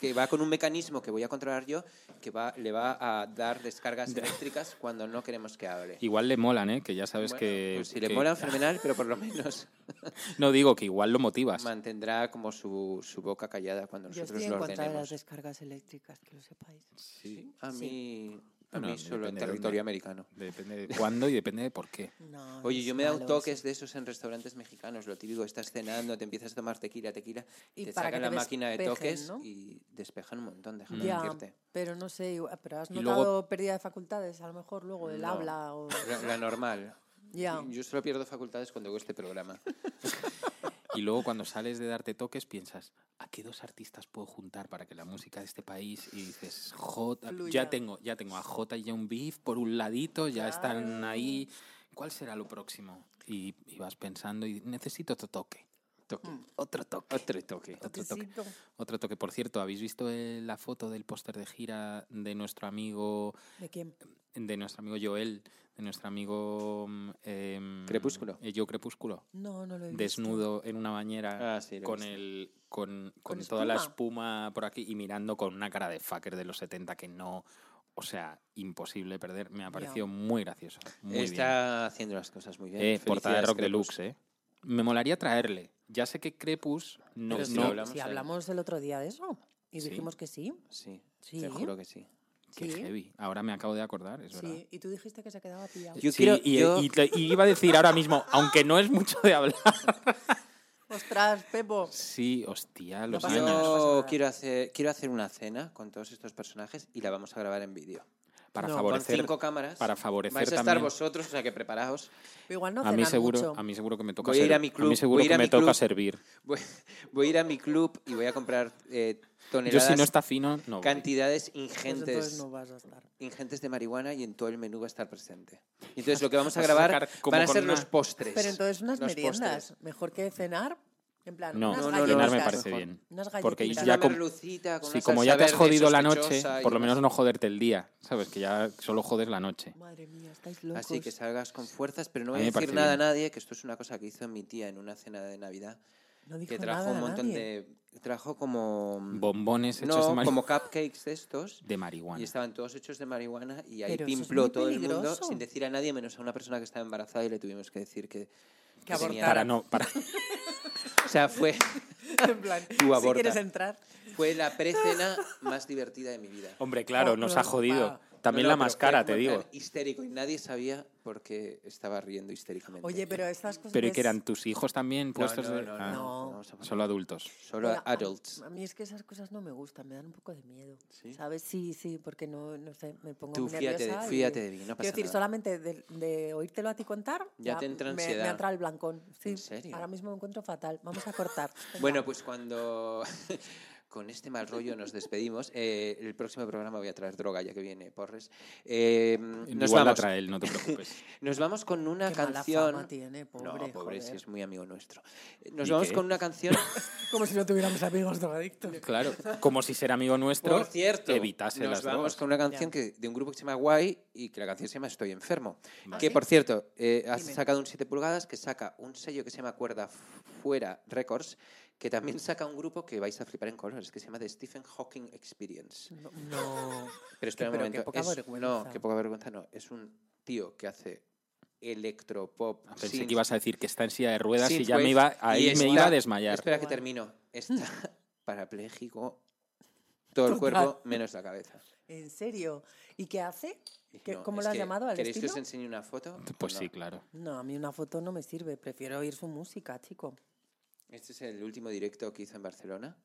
B: que va con un mecanismo que voy a controlar yo que va, le va a
D: (laughs)
B: dar descargas eléctricas cuando no queremos que hable.
D: Igual le molan, ¿eh? Que ya sabes
B: Bueno,
D: que...
B: pues si le
D: que- (laughs)
B: mola, fenomenal, pero por lo menos
D: No digo que igual lo motivas.
B: mantendrá como su, su boca callada cuando
C: Yo
B: nosotros
C: estoy en
B: lo
C: contra de las
B: ordenemos.
C: descargas eléctricas, que lo sepáis.
D: Sí.
B: A mí, a
D: Bueno,
B: mí solo en
D: depende de dónde.
B: territorio americano.
D: Depende de cuándo y depende de por
B: (laughs)
D: qué.
C: No,
B: Oye,
C: es
B: yo me he dado
C: malo
B: toques
C: eso.
B: de esos en restaurantes mexicanos, lo típico, estás cenando, te empiezas a tomar tequila, tequila,
C: Y
B: te
C: para
B: sacan
C: que
B: la
C: te
B: máquina de
C: despejen,
B: toques
C: ¿no?
B: y despejan un montón, déjame
C: Ya,
B: mentirte.
C: pero no sé, igual- pero has
D: Y
C: notado
D: luego-
C: pérdida de facultades, a lo mejor luego el
B: No.
C: habla o...
B: La,
C: (laughs)
B: la normal.
C: Ya.
B: Yo solo pierdo facultades cuando hago este programa.
D: Y luego cuando sales de darte toques piensas, ¿a qué dos artistas puedo juntar para que la música de este país? Y dices, J,
C: Fluya.
D: ya tengo, ya tengo a J y a un Beef por un ladito, ya están ahí. ¿Cuál será lo próximo? Y, y vas pensando y necesito otro toque.
B: Toque.
D: Mm. Otro toque. Otro toque. Otro toque.
C: Toquecito.
D: Otro toque. Por cierto, ¿habéis visto eh, la foto del póster de gira de nuestro amigo,
C: ¿De quién?
D: de nuestro amigo Joel, de nuestro amigo mm, em,
B: Crepúsculo.
D: eh, Yo Crepúsculo
C: No, no lo he visto.
D: desnudo en una bañera
B: Ah, sí, lo he
D: con
B: visto.
D: el con, con
C: ¿Con
D: toda la
C: espuma?
D: espuma por aquí y mirando con una cara de fucker de los 70 que no, o sea, imposible perder, me ha parecido muy gracioso, muy bien.
B: Está haciendo las cosas muy bien.
D: Eh, portada de
B: Felicidades,
D: Rock
B: Crepus.
D: Deluxe, eh. Me molaría traerle. Ya sé que Crepus no,
B: Pero si
D: no-
B: lo hablamos.
C: Si
B: ahí.
C: hablamos el otro día de eso y
D: Sí.
C: dijimos que sí.
B: Sí,
C: Sí.
B: te juro que sí.
D: qué
C: sí.
D: heavy. Ahora me acabo de acordar, es verdad.
C: Sí, y tú dijiste que se quedaba pillado.
B: Yo
D: Sí,
B: quiero-
D: y,
B: yo-
D: y te- y iba a decir ahora mismo, aunque no es mucho de hablar. (laughs)
C: ¡Ostras, Pepo!
D: Sí, hostia, los
C: pasa nada.
D: años.
C: pasa
B: Yo
C: nada.
B: quiero hacer, quiero hacer una cena con todos estos personajes y la vamos a grabar en vídeo.
D: Para
C: No, con
B: Con
D: favorecer.
B: cinco cámaras.
D: para favorecer
B: Vais a estar
D: también-
B: vosotros, o sea que preparaos. (laughs)
C: Igual no
D: a mí
C: cenan
D: seguro,
C: mucho.
D: a mí seguro que me toca
B: Voy a ir
D: ser-
B: a mi club,
D: mí seguro
B: voy a ir
D: que
B: a
D: me
B: mi
D: toca
B: club.
D: servir.
B: Voy, voy a ir a mi club y voy a comprar eh,
D: Yo
B: toneladas,
D: si no está fino, no. voy.
B: cantidades
C: Pues
B: ingentes.
C: entonces no vas a estar.
B: ingentes de marihuana y en todo el menú va a estar presente. Y entonces lo que vamos
D: (laughs)
B: a
D: Vas a
B: grabar
D: sacar como
B: van a
D: con
B: ser
D: una-
B: los postres.
C: Pero entonces unas
B: los
C: meriendas.
B: postres.
C: Mejor que cenar, en plan,
D: No,
C: unas
D: no,
B: no,
D: cenar me
B: no,
C: galletitas.
D: parece
B: mejor.
D: bien.
C: Unas galletitas.
D: Porque
C: Una
D: ya com-
B: merlucita con
D: si
B: una
D: como
B: salsa
D: ya te has
B: verde
D: jodido la noche,
B: sospechosa y
D: por lo menos
B: unas-
D: no joderte el día, ¿sabes? Que ya solo jodes la noche.
C: Madre mía, estáis locos.
B: Así que salgas con fuerzas, pero no
D: A
B: voy
D: mí
B: a
D: me
B: decir
D: parece
B: nada
D: bien.
B: a nadie, que esto es una cosa que hizo mi tía en una cena de Navidad,
C: no dijo
B: que trajo
C: nada
B: un montón
C: nadie.
B: de... Trajo como...
D: Bombones hechos de,
B: no,
D: mari-
B: como cupcakes de estos.
D: de marihuana.
B: Y estaban todos hechos de marihuana y ahí
C: Pero eso es
B: pimpló
C: muy
B: todo el mundo
C: peligroso.
B: sin decir a nadie, menos a una persona que estaba embarazada y le tuvimos que decir que...
C: Que
B: tenía-
C: abortara.
D: Para no,
B: (laughs)
D: para
B: O
C: (laughs)
B: sea, fue...
C: (laughs) en plan,
B: Tú
C: si
B: aborta.
C: quieres entrar.
B: Fue la precena más divertida de mi vida.
D: Hombre, claro,
C: Oh,
D: nos
C: no,
D: ha jodido.
C: va.
D: También
B: No,
D: la
B: no, pero
D: máscara,
B: fue
D: te
B: como en
D: digo.
B: plan Histérico y nadie sabía por qué estaba riendo histéricamente.
C: Oye, pero estas cosas...
D: Pero ¿y
C: es-
D: que eran tus hijos también
B: no,
D: puestos
B: no,
D: de
B: no,
D: Ah,
B: no,
C: No. ah,
B: no, vamos a poner-
D: solo adultos.
B: solo
C: Mira, a-
B: adults.
C: A mí es que esas cosas no me gustan, me dan un poco de miedo. ¿Sabes? Sí, sí, porque no, no sé, me pongo
B: Tú
C: muy
B: fíjate de-
C: nerviosa. y-
B: fíjate de mí, no
C: Quiero
B: pasa
C: decir,
B: nada.
C: solamente de, de oírtelo a ti contar,
B: Ya te entra
C: me, me
B: ansiedad.
C: entra el blancón. Sí,
B: ¿En serio?
C: ahora mismo me encuentro fatal. Vamos a cortar.
B: (laughs) Bueno,
C: Venga.
B: pues cuando (laughs) con este mal rollo nos despedimos, eh, el próximo programa voy a traer droga ya que viene Porres. Eh, nos,
D: Igual la
B: vamos,
D: trae él, no te
B: (laughs)
D: preocupes.
B: nos vamos con una
C: Qué
B: canción.
C: Mala fama tiene, pobre,
B: no, pobre, si
C: joder.
B: es muy amigo nuestro. Eh, Nos
D: ¿Y
B: vamos
D: qué?
B: con
D: (laughs)
B: una canción.
C: Como si no tuviéramos amigos
B: (laughs)
C: drogadictos.
D: Claro, como si ser amigo nuestro
B: Por cierto,
D: evitase
B: nos
D: las
B: vamos
D: drogas.
B: con una canción que, de un grupo que se llama Guay y que la canción se llama Estoy enfermo.
D: Vale.
B: Que, por cierto, eh, ha
C: ¿Ah, Dime.
B: sacado un 7 pulgadas que saca un sello que se llama Cuerda F- Fuera Records, que también saca un grupo que vais a flipar en colores, que se llama The Stephen Hawking Experience.
C: No, no.
B: Pero espera un
C: pero qué
B: momento.
C: poca
B: es-
C: vergüenza.
B: No, qué poca vergüenza no. Es un tío que hace electropop.
D: Ah, Pensé
B: synth-
D: que ibas a decir que está en silla de ruedas y ya
B: synthwave,
D: me iba,
B: pues, y
D: ahí me
B: está- este
D: iba a desmayar.
B: Espera que termino. Está
D: (laughs)
B: parapléjico todo el cuerpo menos la cabeza.
C: ¿En serio? ¿Y qué hace? ¿Qué-
B: No,
C: ¿Cómo
B: es
C: lo has
B: que-
C: llamado? ¿Al
B: ¿Queréis
C: estilo?
B: que os enseñe una foto?
D: Pues
B: No.
D: sí, claro.
C: No, a mí una foto no me sirve. Prefiero oír su música, chico.
B: Este es el último directo que hizo en Barcelona.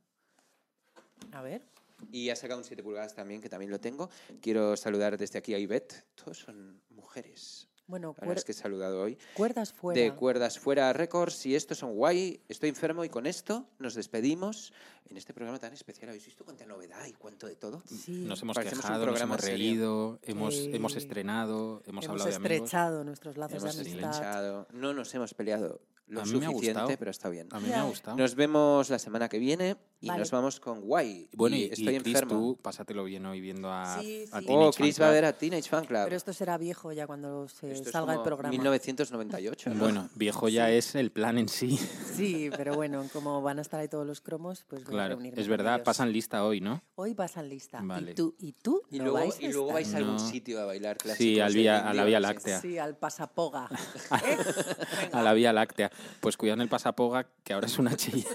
C: A ver.
B: Y ha sacado un 7 pulgadas también, que también lo tengo. Quiero saludar desde aquí a Ivette. Todos son mujeres.
C: Bueno,
B: A las
C: cuer-
B: que he saludado hoy.
C: cuerdas fuera.
B: De Cuerdas Fuera Records. Y estos son guay. Estoy enfermo y con esto nos despedimos en este programa tan especial. ¿Habéis visto cuánta novedad y cuánto de todo?
C: Sí.
D: Nos hemos
B: Mm, Parecemos un
D: quejado, nos
B: programa
D: hemos
B: serio.
D: reído, hemos,
C: Sí.
D: hemos estrenado, hemos,
C: Hemos
D: hablado de amigos.
C: estrechado nuestros lazos
D: Hemos
C: de amistad.
B: Hinchado. No nos hemos peleado lo
D: A mí me ha
B: suficiente,
D: gustado.
B: pero está bien.
D: A mí me ha gustado.
B: Nos vemos la semana que viene. Y
C: Vale.
B: nos vamos con Guay.
D: Bueno, y,
B: y estoy
D: y Chris,
B: enfermo.
D: tú pásatelo bien hoy viendo a,
C: Sí,
D: a
C: sí.
D: Teenage
B: Oh, Chris
D: Fan
B: va a
D: Club.
B: ver a Teenage Fan Club.
C: Pero esto será viejo ya cuando se
B: Esto es
C: salga el
B: como
C: programa.
B: 1998. ¿no?
D: Bueno, viejo ya es el plan en sí.
C: Sí, pero bueno, como van a estar ahí todos los cromos, pues voy a
D: Claro,
C: reunirme
D: es
C: con
D: verdad,
C: ellos.
D: pasan lista hoy, ¿no?
C: Hoy pasan lista.
D: Vale.
C: Y tú, y tú
B: Y,
C: no
B: luego,
C: vais a
B: y luego
C: estar.
B: vais a algún
D: No.
B: sitio a bailar
D: Sí,
B: clásicos
D: al
B: de
D: vía-
B: Indio,
D: a la Vía
B: sí.
D: Láctea.
C: Sí, al pasapoga. (laughs)
D: (laughs) A la Vía Láctea. Pues cuidado en
C: (laughs)
D: el pasapoga, que ahora es un H&M.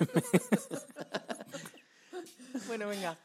C: bueno, venga.